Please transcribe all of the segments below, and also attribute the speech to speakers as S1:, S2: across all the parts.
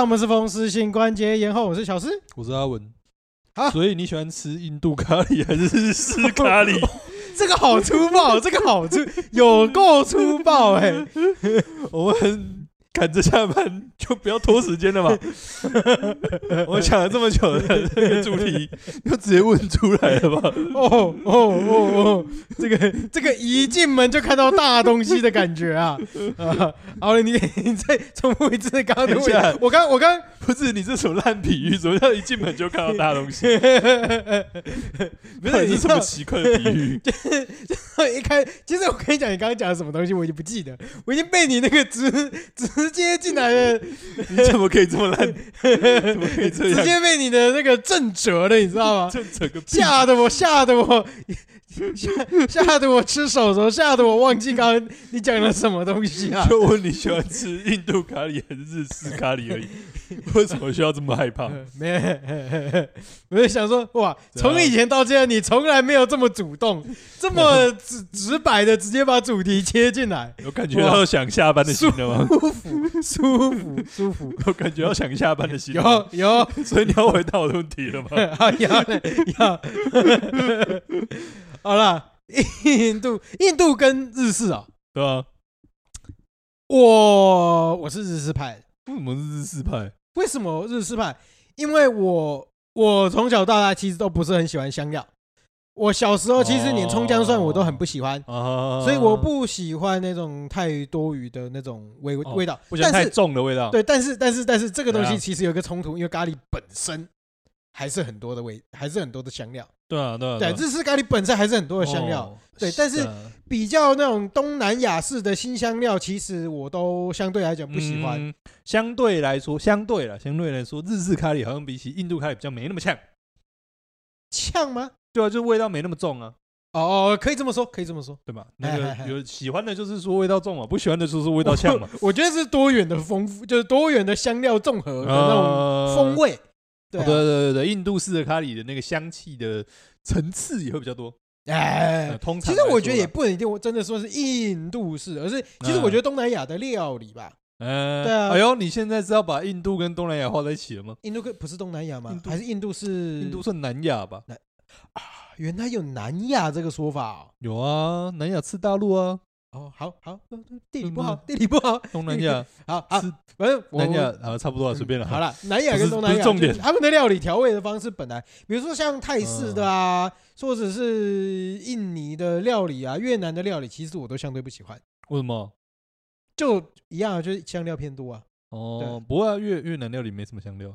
S1: 我们是风湿性关节炎后，我是小诗。
S2: 我是阿文。
S1: 好
S2: 所以你喜欢吃印度咖喱还是日式咖喱？
S1: 这个好粗 暴，这个好粗，有够粗暴哎、
S2: 我们赶着下班就不要拖时间了嘛。我想了这么久 的这个主题，就直接问出来了吧？
S1: 哦哦哦哦，这个这个一进门就看到大东西的感觉 啊！啊，好了，你你再重复一次刚刚的问题
S2: 等一下。
S1: 我刚我 刚
S2: 不是你这什么烂比喻？怎么叫一进门就看到大东西？不是
S1: 你
S2: 你这
S1: 知
S2: 什
S1: 道
S2: 么奇怪的比 喻？
S1: 一开，其实我跟你讲，你刚刚讲的什么东西我已经不记得，我已经被你那个直直接进来 的，
S2: 你怎么可以这么烂？怎么可以这
S1: 直
S2: 样？
S1: 接被你的那个震折了，你知道吗？
S2: 这整个屁
S1: 吓得我，吓得我，吓吓得我吃手肘，吓得我忘记刚刚你讲了什么东西啊！
S2: 就问你喜欢吃印度咖喱还是日式咖喱 而已，为什么需要这么害怕？
S1: 没，我就想说，哇，
S2: 怎样
S1: 从以前到现在，你从来没有这么主动，这么直直白的直接把主题切进来，
S2: 有感觉到想下班的心了吗？
S1: 舒服舒服。
S2: 有感觉到想下班的心了吗，
S1: 有有
S2: 所以你要回到我的问题了 吗？
S1: 好有有，好了，印度印度跟日式啊、
S2: 对吧、啊？
S1: 我我是日式派的。
S2: 为什么是日式派？
S1: 为什么日式派？因为我我从小到大其实都不是很喜欢香料。我小时候其实连葱姜蒜我都很不喜欢，
S2: 啊，
S1: 所以我不喜欢那种太多余的那种味
S2: 哦
S1: 味道。
S2: 不喜欢
S1: 但
S2: 太
S1: 是
S2: 重的味道。
S1: 对，但是但是但是这个东
S2: 对
S1: 西
S2: 啊
S1: 其实有一个冲突，因为咖喱本身还是很多的味，还是很多的香料。
S2: 对啊，对啊，
S1: 对，
S2: 啊
S1: 日式咖喱本身还是很多的香料。，
S2: 哦
S1: 对但是
S2: 啊
S1: 比较那种东南亚式的新香料，其实我都相对来讲不喜欢。
S2: 嗯相对来说，相对了，相对来说，日式咖喱好像比起印度咖喱比较没那么呛。
S1: 呛吗？
S2: 对啊，就味道没那么重啊，
S1: 哦，哦可以这么说，可以这么说。
S2: 对吧？
S1: 哎
S2: 那
S1: 哎哎
S2: 个有喜欢的就是说味道重啊嘛，不喜欢的就是味道 呛嘛。
S1: 我觉得是多元的丰富，就是多元的香料综合的那种风
S2: 味。
S1: 味。
S2: 对
S1: 对、
S2: 啊
S1: 啊
S2: 哦对对对对，印度式的咖喱的那个香气的层次也会比较多。
S1: 对，哎、
S2: 呃通常
S1: 其实
S2: 来
S1: 我
S2: 说
S1: 觉得也
S2: 啦，
S1: 不能一定，我真的说是印度式，而是
S2: 啊
S1: 其实我觉得东南亚的料理吧，
S2: 嗯，
S1: 对啊
S2: 哎呦，你现在是要把印度跟东南亚画在一起了吗？
S1: 印度跟不是东南亚吗
S2: 印？度
S1: 还是印度是？
S2: 印度算南亚吧？
S1: 原来有南亚这个说法哦。
S2: 有啊，南亚次大陆啊，
S1: 哦，好好，呃地理
S2: 嗯
S1: 不好
S2: 嗯，
S1: 地理不好，
S2: 东南 亚
S1: 好好
S2: 是，
S1: 反正啊我嗯
S2: 南亚啊，差不多了，随便了。
S1: 好，了，南亚
S2: 不
S1: 跟
S2: 是
S1: 东
S2: 不
S1: 南
S2: 是
S1: 亚
S2: 重
S1: 就是
S2: 点
S1: 他们的料理调味的方式本来，比如说像泰式
S2: 嗯
S1: 的啊，或者是印尼的料理啊、越南的料理，其实我都相对不喜欢，
S2: 为什么？
S1: 就一样啊，就是香料偏多啊，
S2: 哦，不过啊越越南料理没什么香料。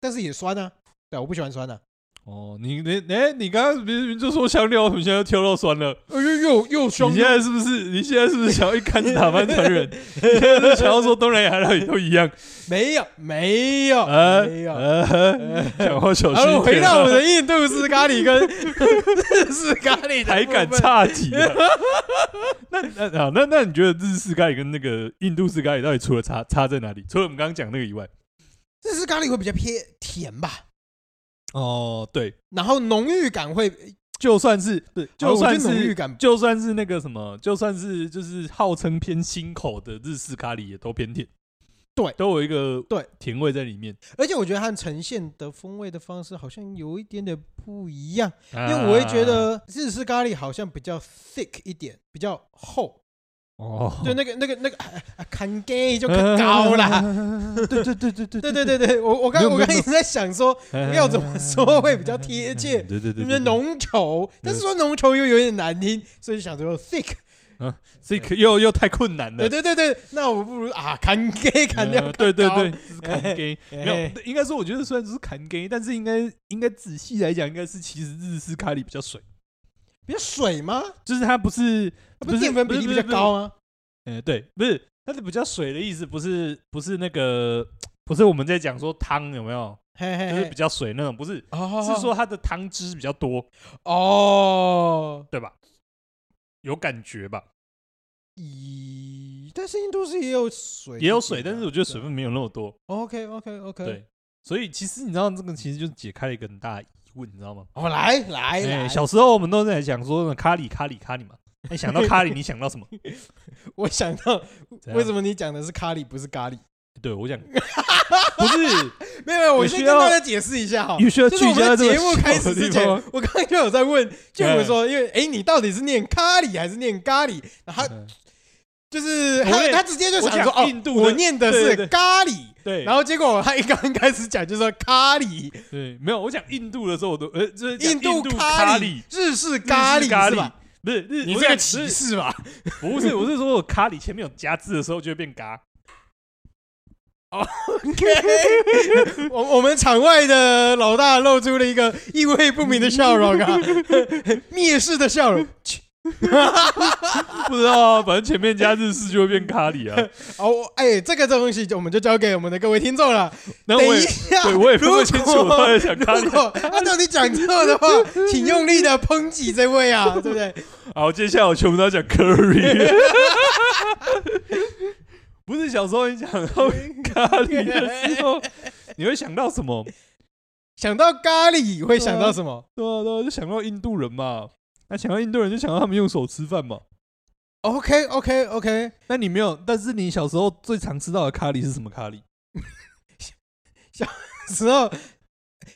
S1: 但是也酸啊。对，我不喜欢酸啊，
S2: 哦，你你哎，你刚刚明明就说香料，怎么现在哎又挑到酸了？
S1: 呃，又又又
S2: 你现在是不是？你现在是不是想要一竿子打翻船人？ 你现在是想要说东南亚料理都一样？
S1: 没有没有
S2: 呃
S1: 没有。
S2: 呃，讲话小
S1: 然
S2: 心
S1: 后
S2: 一
S1: 回
S2: 点
S1: 到我
S2: 啊，
S1: 们的印度式咖喱跟日式咖喱的
S2: 还
S1: 部
S2: 敢
S1: 分？
S2: 差题啊？ 那那啊，那那你觉得日式咖喱跟那个印度式咖喱到底除了差差在哪里？除了我们刚刚讲那个以外，
S1: 日式咖喱会比较偏甜吧，
S2: 哦，对，
S1: 然后浓郁感会，
S2: 就算是对，
S1: 啊
S2: 就
S1: 我觉得
S2: 算
S1: 浓郁
S2: 是
S1: 感
S2: 就算是那个什么，就算是就是号称偏新口的日式咖喱，也都偏甜，
S1: 对
S2: 都有一个
S1: 对
S2: 甜味在里面。
S1: 而且我觉得它呈现的风味的方式好像有一点点不一样，
S2: 因
S1: 因为我会觉得日式咖喱好像比较 thick 一点，比较厚，
S2: 哦，
S1: 就那个那个那个啊砍 gay 就更高啦。
S2: 啦， 对对对对对
S1: 对对对对，我我刚
S2: 没有
S1: 我
S2: 没有
S1: 刚一直在想说
S2: 对
S1: 要怎么说会比较贴切，
S2: 对对对
S1: 因
S2: 对，
S1: 为浓稠，但是说浓稠又有点难听，所以想说 thick。
S2: 这个又又太困难了
S1: 对。对对对，那我不如啊砍 gay 砍掉
S2: 呃，对对
S1: 高
S2: 对，就是砍 gay，
S1: 没
S2: 没有，应该说我觉得虽然只是砍 gay，但是应该应该仔细来讲，应该是其实日式咖喱比较水，
S1: 比较水吗？
S2: 就是它不是
S1: 它不是淀粉比例比较高吗？
S2: 呃，对，不是，它是比较水的意思，不是不是那个，不是我们在讲说汤有没有，
S1: 嘿
S2: 就
S1: 嘿
S2: 是
S1: 嘿
S2: 比，较水那种，不是，
S1: 哦
S2: 是说它的汤汁比较多，
S1: 哦，
S2: 对吧？有感觉吧？
S1: 咦，但是印度是也有水一点啊，
S2: 也有水，但是我觉得水
S1: 对啊
S2: 分没有那么多，
S1: OK OK OK，
S2: 对，所以其实你知道这个其实就是解开了一个很大的疑问，你知道吗？
S1: 哦，来来
S2: 哎，
S1: 来，
S2: 小时候我们都在讲说呢咖喱咖喱咖 喱嘛，你想到咖喱，你想到什么？
S1: 我想到
S2: 怎样
S1: 为什么你讲的是咖喱不是咖喱？
S2: 对我想不是
S1: 没有没有，我
S2: 也
S1: 先
S2: 需
S1: 跟大
S2: 要
S1: 家解释一下哈。
S2: 你需要
S1: 就是
S2: 聚
S1: 我
S2: 焦
S1: 们的
S2: 在这个
S1: 节目开
S2: 小
S1: 始之
S2: 地
S1: 前
S2: 方吗，
S1: 我刚刚就有在问就我说，因为哎，你到底是念咖喱还是念咖喱？然后他
S2: 嗯
S1: 就是
S2: 我
S1: 他
S2: 念
S1: 他直接就想说
S2: 我讲
S1: 哦
S2: 印，度的
S1: 我念的
S2: 对
S1: 是
S2: 对
S1: 咖喱，
S2: 对，
S1: 然后结果他一刚开始讲就说咖喱，
S2: 对没有我讲印度的时候，我都呃就是讲
S1: 印度
S2: 咖
S1: 喱
S2: 喱、
S1: 日式咖
S2: 咖
S1: 喱
S2: 咖
S1: 是
S2: 喱
S1: 吧？，
S2: 不是日
S1: 你
S2: 我
S1: 这个
S2: 讲
S1: 歧
S2: 日
S1: 视吧？
S2: 不是，我是说我咖喱前面有加字的时候就会变嘎。
S1: OK，我 我们场外的老大露出了一个意味不明的笑容啊， 蔑视的笑容。
S2: 不知道啊，反正前面加日式就会变咖喱 啊。
S1: 哦，哎，这个东西就我们就交给我们的各位听众了。
S2: 那
S1: 等
S2: 我
S1: 一
S2: 也
S1: 下，
S2: 对我也分不清楚
S1: 如果
S2: 他在讲咖
S1: 如
S2: 喱。
S1: 果他到底讲错 的话，请用力的抨击这位啊，对不对？
S2: 好，接下来我全部都要 讲 curry。不是小时候你讲到咖喱的时候，你会想到什么？
S1: 想到咖喱会想到什么？
S2: 对啊，对啊，就想到印度人嘛。那想到印度人，就想到他们用手吃饭嘛。哦
S1: OK OK OK，
S2: 那你没有，但是你小时候最常吃到的咖喱是什么咖喱？
S1: 之后，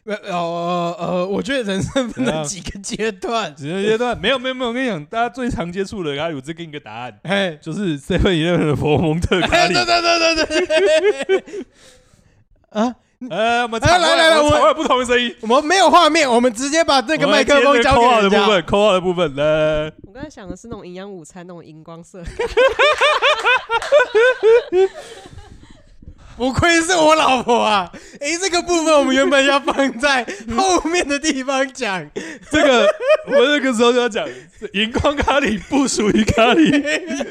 S1: 呃呃呃，我觉得人生分了几个阶段，
S2: 只是阶段没有没有没有，我跟你讲，大家最常接触的咖喱，我只给你一个答案，
S1: 哎，
S2: 就是 Seven Eleven 的佛蒙特咖
S1: 哎，对
S2: 喱。
S1: 对对对对，啊，
S2: 呃，我们
S1: 哎来来来
S2: 我
S1: 我
S2: 场外有不同的声音。
S1: 我们没有画面，我们直接把那个麦克风交
S2: 我
S1: 给
S2: 们
S1: 人
S2: 接着扣号的部
S1: 家。
S2: 分，扣号的部分，来来来，
S3: 我刚才想的是那种营养午餐那种荧光色，
S1: 不愧是我老婆啊！哎，这个部分我们原本要放在后面的地方 讲，
S2: 这个我们那个时候就要讲，荧光咖喱不属于咖喱，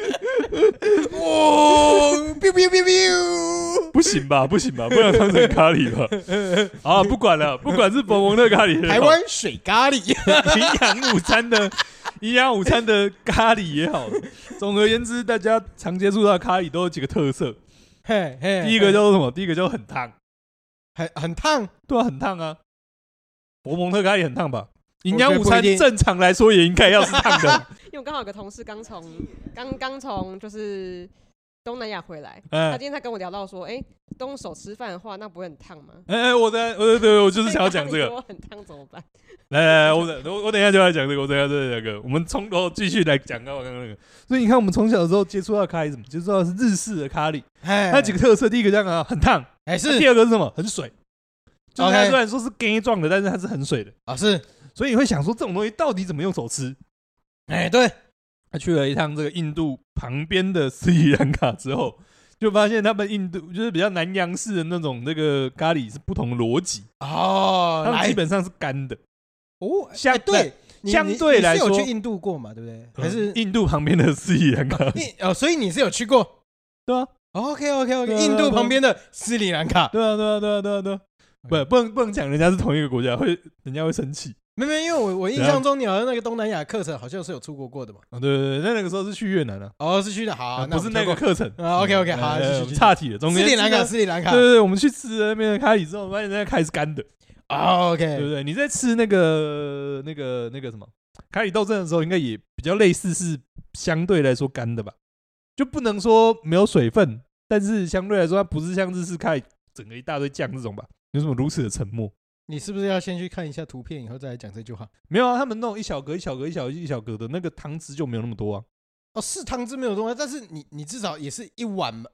S1: 哦，biu biu biu biu，
S2: 不行吧，不行吧，不能当成咖喱吧？啊，不管了，不管是佛蒙特咖喱也好，
S1: 台湾水咖喱，
S2: 营养午餐的营养午餐的咖喱也好，总而言之，大家常接触到的咖喱都有几个特色。
S1: 嘿嘿
S2: 第一个叫做什么？第一个叫很烫，
S1: 很很烫，
S2: 对啊，很烫啊。博蒙特咖喱很烫吧？营养午
S1: 我觉得
S2: 餐
S1: 不一定
S2: 正常来说也应该要是 烫的，
S3: 因为我刚好有个同事刚从刚刚从就是东南亚回来，他
S2: 嗯
S3: 今。天才跟我聊到说，哎、动手吃饭的话，那不会很烫吗？
S2: 哎、哎，我在，我对对，我就是想要讲这
S3: 如
S2: 个。
S3: 果很烫怎么办？
S2: 来来来，我等我我等一下就要讲这个，我等一下就要讲这个。我们从头继续来讲啊刚刚那个。所以你看，我们从小的时候接触到的咖喱是什么？接触到的是日式的咖喱，
S1: 哎，
S2: 它有几个特色。第一个叫啊，很烫，
S1: 哎
S2: 那
S1: 是
S2: 第二个是什么？很水，就是它
S1: OK
S2: 虽然说是干状的，但是它是很水的，
S1: 啊是，
S2: 所以你会想说这种东西到底怎么用手吃？
S1: 哎对，
S2: 他去了一趟这个印度旁边的 斯里兰卡之后，就发现他们印度就是比较南洋式的那种那个咖喱是不同逻辑，
S1: 哦，
S2: 他们
S1: 来
S2: 基本上是干的。
S1: 哦，
S2: 相
S1: 哎对，你
S2: 相
S1: 你
S2: 对
S1: 你
S2: 来
S1: 是
S2: 说
S1: 有去印度过嘛？对不对？还
S2: 嗯
S1: 是
S2: 印度旁边的斯里兰卡？
S1: 印哦，所以 你是有去过
S2: 对啊，
S1: ？OK OK
S2: 对
S1: OK，
S2: 啊
S1: 印
S2: 对
S1: 度
S2: 啊
S1: 旁边的斯里兰卡，
S2: 对啊，对啊，对啊，对啊，对啊。不，不能不能讲人家是同一个国家，会人家会生气
S1: 没没，因为我我印
S2: 怎样
S1: 象中你好像那个东南亚课程好像是有出国过的嘛。
S2: 啊！对对对，那那个时候是去越南啊，
S1: 哦，是去的，哦好，
S2: 不是那个课程
S1: 啊，OK，OK，
S2: 嗯
S1: 好
S2: 哎
S1: 继续
S2: 哎
S1: 继续
S2: 岔题了。总
S1: 我们跳过斯里
S2: 而言之
S1: 兰卡，
S2: 呢
S1: 斯里兰卡
S2: 对。对对，我们去吃了那边的咖喱之后，发现那咖喱是干的，
S1: 哦
S2: 对不
S1: ，OK，
S2: 对？你在吃那个那个那个什么咖喱豆阵的时候，应该也比较类似，是相对来说干的吧？就不能说没有水分，但是相对来说，它不是像日式咖喱整个一大堆酱这种吧？有什么如此的沉默？
S1: 你是不是要先去看一下图片，以后再来讲这句话？
S2: 没有啊，他们弄一小格一小格一小一小格的那个汤汁就没有那么多啊。
S1: 哦，是汤汁没有东西，但是你你至少也是一碗嘛，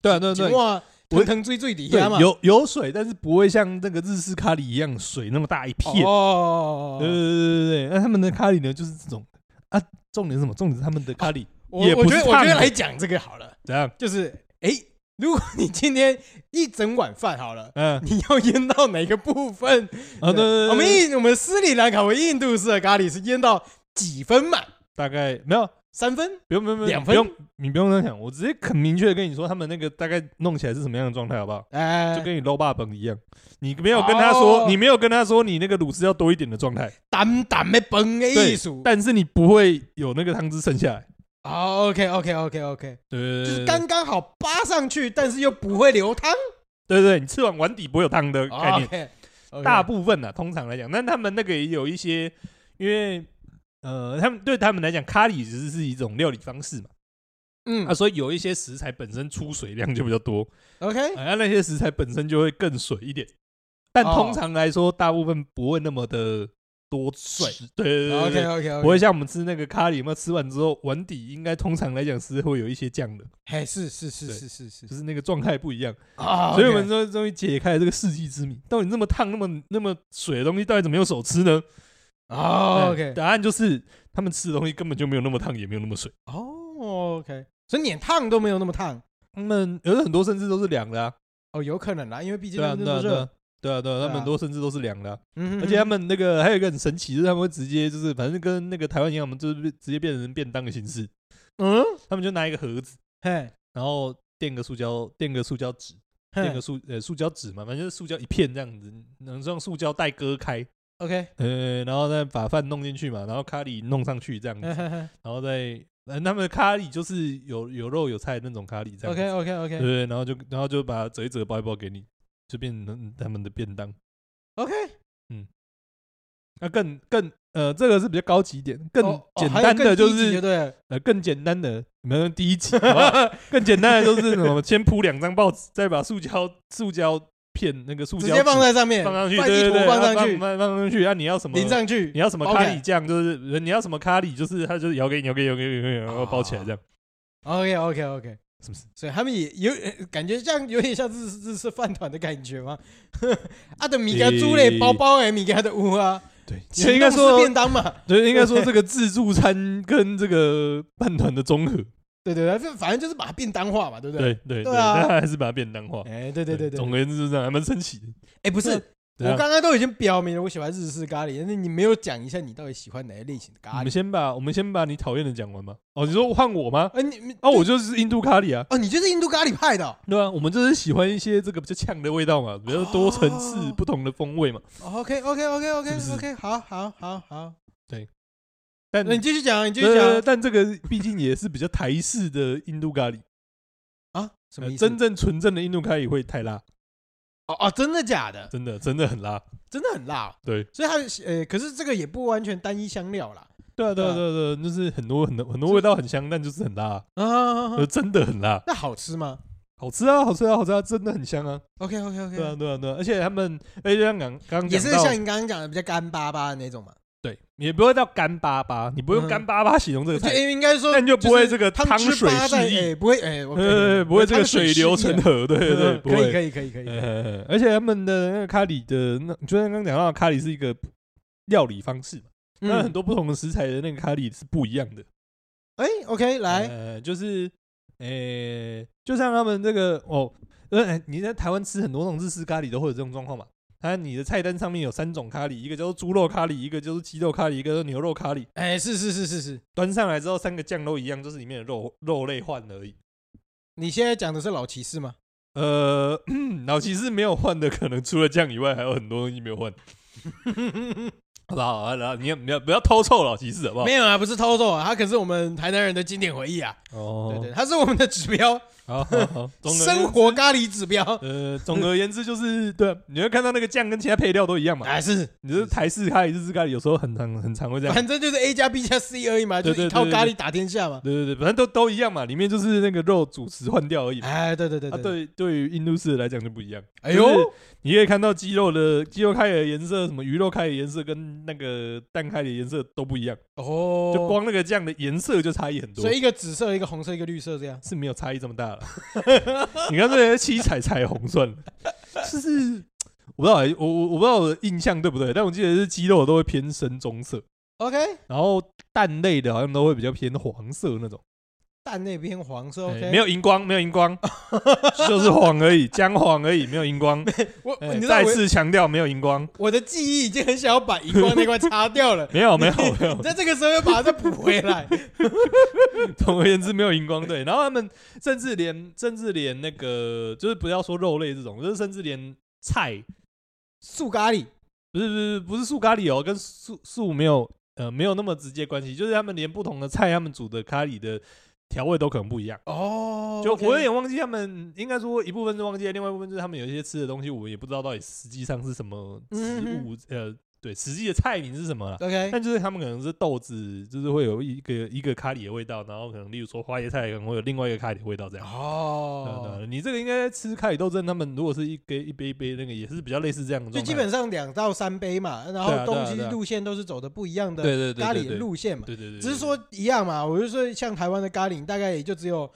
S2: 对啊，对啊对啊，
S1: 哇，
S2: 我
S1: 腾腾最最底
S2: 对
S1: 下嘛，
S2: 有有水，但是不会像那个日式咖喱一样水那么大一片。
S1: 哦
S2: 对，对对对对，那他们的咖喱呢就是这种啊，重点是什么？重点是他们的咖喱
S1: 我
S2: 也不
S1: 我觉
S2: 是
S1: 得我
S2: 烫
S1: 觉得
S2: 的
S1: 来讲这个好了，
S2: 怎样？
S1: 就是哎，如果你今天一整碗饭好了。
S2: 嗯
S1: 你要腌到哪个部分？
S2: 啊，对对对，
S1: 我们
S2: 对
S1: 印我们斯里兰卡为印度式的咖喱是腌到几分满？
S2: 大概没有，
S1: 三分？
S2: 不用不用不用，
S1: 两
S2: 你不
S1: 分
S2: 用你不用这样想，我直接很明确的跟你说，他们那个大概弄起来是什么样的状态，好不好？
S1: 哎，
S2: 就跟你捞霸本一样，你没有跟他说，
S1: 哦
S2: 你没有跟他说你那个卤是要多一点的状态，
S1: 淡淡的崩的艺术。
S2: 但是你不会有那个汤汁剩下来，
S1: 好，OK，OK，OK，OK，
S2: 对
S1: 就
S2: 对对，对
S1: 是刚刚好扒上去，但是又不会流汤。
S2: 对对，对你吃完碗底不会有汤的概念。
S1: OK，
S2: 哎大部分呢、通常来讲，但他们那个也有一些，因为呃，他们对他们来讲，咖喱只是是一种料理方式嘛，
S1: 嗯
S2: 啊，所以有一些食材本身出水量就比较多，
S1: ，OK，
S2: 哎、啊，那些食材本身就会更水一点。但
S1: 哦
S2: 通常来说，大部分不会那么的多水，啊对对对对
S1: OK
S2: 对
S1: OK，
S2: 呃不会像我们吃那个咖喱嘛，吃完之后碗底应该通常来讲是会有一些酱的，
S1: 嘿，是是是
S2: 对
S1: 是是是
S2: 就是那个状态不一样。
S1: 啊
S2: 所以我们终终于解开了这个世纪之谜，到底那么烫、那么那么水的东西，到底怎么用手吃呢？
S1: 哦
S2: 哎
S1: OK
S2: 答案就是他们吃的东西根本就没有那么烫，也没有那么水。
S1: 哦 OK，所以脸烫都没有那么烫
S2: 他们有很多甚至都是凉的、啊，
S1: 哦，有可能啦，因为毕竟
S2: 对啊，
S1: 那
S2: 对
S1: 么
S2: 啊，对啊
S1: 热，，
S2: 对啊，对
S1: 对
S2: 啊，
S1: 啊
S2: 他们很多甚至都是凉的啊、
S1: 嗯哼
S2: 而且他们那个还有一个很神奇，就是他们会直接就是反正跟那个台湾一样，我们就是直接变成便当的形式，
S1: 嗯，
S2: 他们就拿一个盒子，
S1: 嘿，
S2: 然后垫个塑胶垫个塑胶纸，垫个
S1: 嘿
S2: 塑呃塑胶纸嘛，反正就是塑胶一片这样子，能用塑胶袋割开，
S1: ，OK，
S2: 呃，然后再把饭弄进去嘛，然后咖喱弄上去这样子，
S1: 嘿嘿嘿
S2: 然后再呃他们的咖喱就是有有肉有菜的那种咖喱这样子
S1: OK OK
S2: 对
S1: OK
S2: 对，然后就然后就把它折一折包一包给你，就变成他们的便当。
S1: OK，
S2: 那更更呃，这个是比较高级一点，更
S1: 哦哦
S2: 简
S1: 还有
S2: 单的
S1: 更
S2: 就
S1: 低级
S2: 是、
S1: 就对了，
S2: 呃，更简单的，你们第一集 好不好更简单的就是什么，先铺两张报纸，再把塑胶塑胶片那个塑
S1: 直
S2: 胶
S1: 接放
S2: 纸
S1: 在上面，
S2: 放上去，
S1: 放
S2: 对
S1: 一
S2: 对
S1: 坨
S2: 对，
S1: 放
S2: 啊
S1: 上去，
S2: 放放上去。啊，你要什么？
S1: 淋上去
S2: 你，要什么咖
S1: OK
S2: 喱酱？就是呃你要什么咖喱？就是它就是摇给你，摇给你，摇给你，摇给你，然后包起来这样，
S1: OK OK OK，
S2: 是不是？
S1: 所以他们也有呃感觉像有点像日日式饭团的感觉吗？ 啊，的米给他租嘞，
S2: 诶
S1: 包包诶，米给他的屋啊，
S2: 对，
S1: 你
S2: 应该
S1: 弄吃
S2: 说，
S1: 便当嘛，
S2: 对，应该说这个自助餐跟这个饭团的综合，
S1: 对对对，反反正就是把它便当化嘛，对不对？
S2: 对对
S1: 对啊
S2: 那还是把它便当化。
S1: 哎，对对对对
S2: 总，而言之就是这样，还蛮神奇的。
S1: 哎，不是，
S2: 对啊
S1: 我刚刚都已经表明了我喜欢日式咖喱，但是你没有讲一下你到底喜欢哪一类型的
S2: 我
S1: 咖
S2: 们
S1: 喱？
S2: 先把我们先把你讨厌的讲完吧。哦，你说换我吗？
S1: 啊，你你
S2: 啊，我就是印度咖喱啊。
S1: 哦，你就是印度咖喱派的哦
S2: 对啊，我们就是喜欢一些这个比较呛的味道嘛，比较多层次、
S1: 哦
S2: 不同的风味嘛。
S1: ？OK OK OK
S2: 是不
S1: OK
S2: 是
S1: OK，好好好好，
S2: 但
S1: 那你继续讲，你继续
S2: 呃
S1: 讲啊
S2: 但这个毕竟也是比较台式的印度咖喱，
S1: 啊，什么
S2: 呃
S1: 意思？
S2: 真正纯正的印度咖喱会太辣，
S1: 哦哦，真的假的？
S2: 真的真的很辣。
S1: 真的很辣哦。
S2: 对，
S1: 所以它呃，可是这个也不完全单一香料啦。
S2: 对啊，对
S1: 对
S2: 啊，
S1: 啊
S2: 对啊，对啊，就是很多很多很多味道很香，但就是很辣，
S1: 啊
S2: 呃，，真的很辣，
S1: 那好吃吗
S2: 好吃啊，好吃啊，好吃啊，真的很香啊。
S1: ？OK OK
S2: 对啊，
S1: OK，
S2: 对啊，对啊，而且他们，而且像刚刚刚
S1: 嗯也
S2: 讲
S1: 是
S2: 到
S1: 像你刚刚讲的比较干巴巴的那种嘛。
S2: 对，你也不会到干巴巴，你不用
S1: 嗯
S2: 干巴巴形容这个
S1: 就
S2: 菜，
S1: 因为应该说
S2: 但，你就不会这个
S1: 汤
S2: 汤
S1: 汁
S2: 水
S1: 巴在
S2: 适意，
S1: 哎，不会哎，我
S2: 呃，不会这个
S1: 汤
S2: 水流
S1: 适意
S2: 成
S1: 啊
S2: 河，对对对，
S1: 嗯
S2: 不
S1: 可以
S2: 会。
S1: 可以可以可以。
S2: 呃，而且他们的那个咖喱的那，就像刚刚讲到，咖喱是一个料理方式嘛，那很
S1: 多
S2: 多不同的食材的那个咖喱是不一样的。
S1: 哎，OK 来，
S2: 呃，就是，呃，就像他们这个哦，呃，你在台湾吃很多种日式咖喱都会有这种状况嘛。它你的菜单上面有三种咖喱，一个叫做猪肉咖喱，一个就是鸡肉咖喱，一个就是牛肉咖喱。
S1: 哎，是是是是是，
S2: 端上来之后，三个酱都一样，就是里面的肉肉类换而已。
S1: 你现在讲的是老骑士吗？
S2: 呃， 老骑士没有换的，可能除了酱以外，还有很多东西没有换。 好不好？然后你也不要不要偷臭老骑士，好不好？
S1: 没有啊，不是偷走啊，他可是我们台南人的经典回忆啊。
S2: 哦
S1: 对对，，他是我们的指标，
S2: 好好好，总而
S1: 生活咖喱指标。
S2: 呃，总而言之就是，对啊，你会看到那个酱跟其他配料都一样嘛。
S1: 哎，是
S2: 你就是台式咖喱、日式咖喱，有时候很常很常会这 样。
S1: 反正就是 A 加 B 加 C 而已嘛，
S2: 对
S1: 就是一
S2: 对
S1: 套
S2: 对对
S1: 咖
S2: 对
S1: 喱打天下嘛。
S2: 对对对，反正都都一样嘛，里面就是那个肉主食换掉而已嘛。
S1: 哎，对对对
S2: 啊，，对，对于印度式的来讲就不一样。
S1: 哎
S2: 就是
S1: 呦，
S2: 你可以看到鸡肉的鸡肉开的颜色，什么鱼肉开的颜色跟那个蛋开的颜色都不一样，
S1: 哦，
S2: 就光那个酱的颜色就差异很多
S1: 所，以一个紫色，一个红色，一个绿色这样。
S2: 是没有差异这么 大了。你看这些七彩彩虹算了，就是我不知道欸，我我我不知道我的印象对不对，但我记得是鸡肉都会偏深棕色，
S1: OK，
S2: 然后蛋类的好像都会比较偏黄色那种，
S1: 蛋那边黄色
S2: 欸
S1: OK，
S2: 没有荧光，没有荧光， 就是黄而已，姜黄而已，没有 荧光。
S1: 我，
S2: 欸
S1: 哎你知道
S2: 再
S1: 我
S2: 次强调，没有 荧光，。
S1: 我的记忆已经很想要把荧光那块擦掉了
S2: 没有没有没有
S1: 你。在这个时候又把它再补回来，
S2: 总而言之，没有荧光对。然后他们甚至连甚至连那个，就是不要说肉类这种，就是甚至连菜，
S1: 素咖喱
S2: 不是不是不是素咖喱哦，跟素素没有呃没有那么直接关系，就是他们连不同的菜，他们煮的咖喱的调味都可能不一样。
S1: 哦
S2: 就我有点忘记他们，应该说一部分是忘记了，另外一部分就是他们有一些吃的东西，我也不知道到底实际上是什么植
S1: 嗯哼
S2: 物呃对，实际的菜名是什么了？
S1: OK，
S2: 但就是他们可能是豆子，就是会有一个一个咖喱的味道，然后可能例如说花椰菜可能会有另外一个咖喱的味道这样。对
S1: 哦，
S2: 对，你这个应该吃咖喱豆蒸，他们如果是一杯一杯一杯那个，也是比较类似这样的
S1: 就
S2: 状态。
S1: 基本上两到三杯嘛，然
S2: 对啊
S1: 后
S2: 对啊
S1: 东西
S2: 对啊
S1: 路线都是走的不一样的
S2: 对对对
S1: 咖
S2: 对
S1: 喱的路线嘛，
S2: 对对对，
S1: 只是说一样嘛。我就说像台湾的咖喱，大概也就只有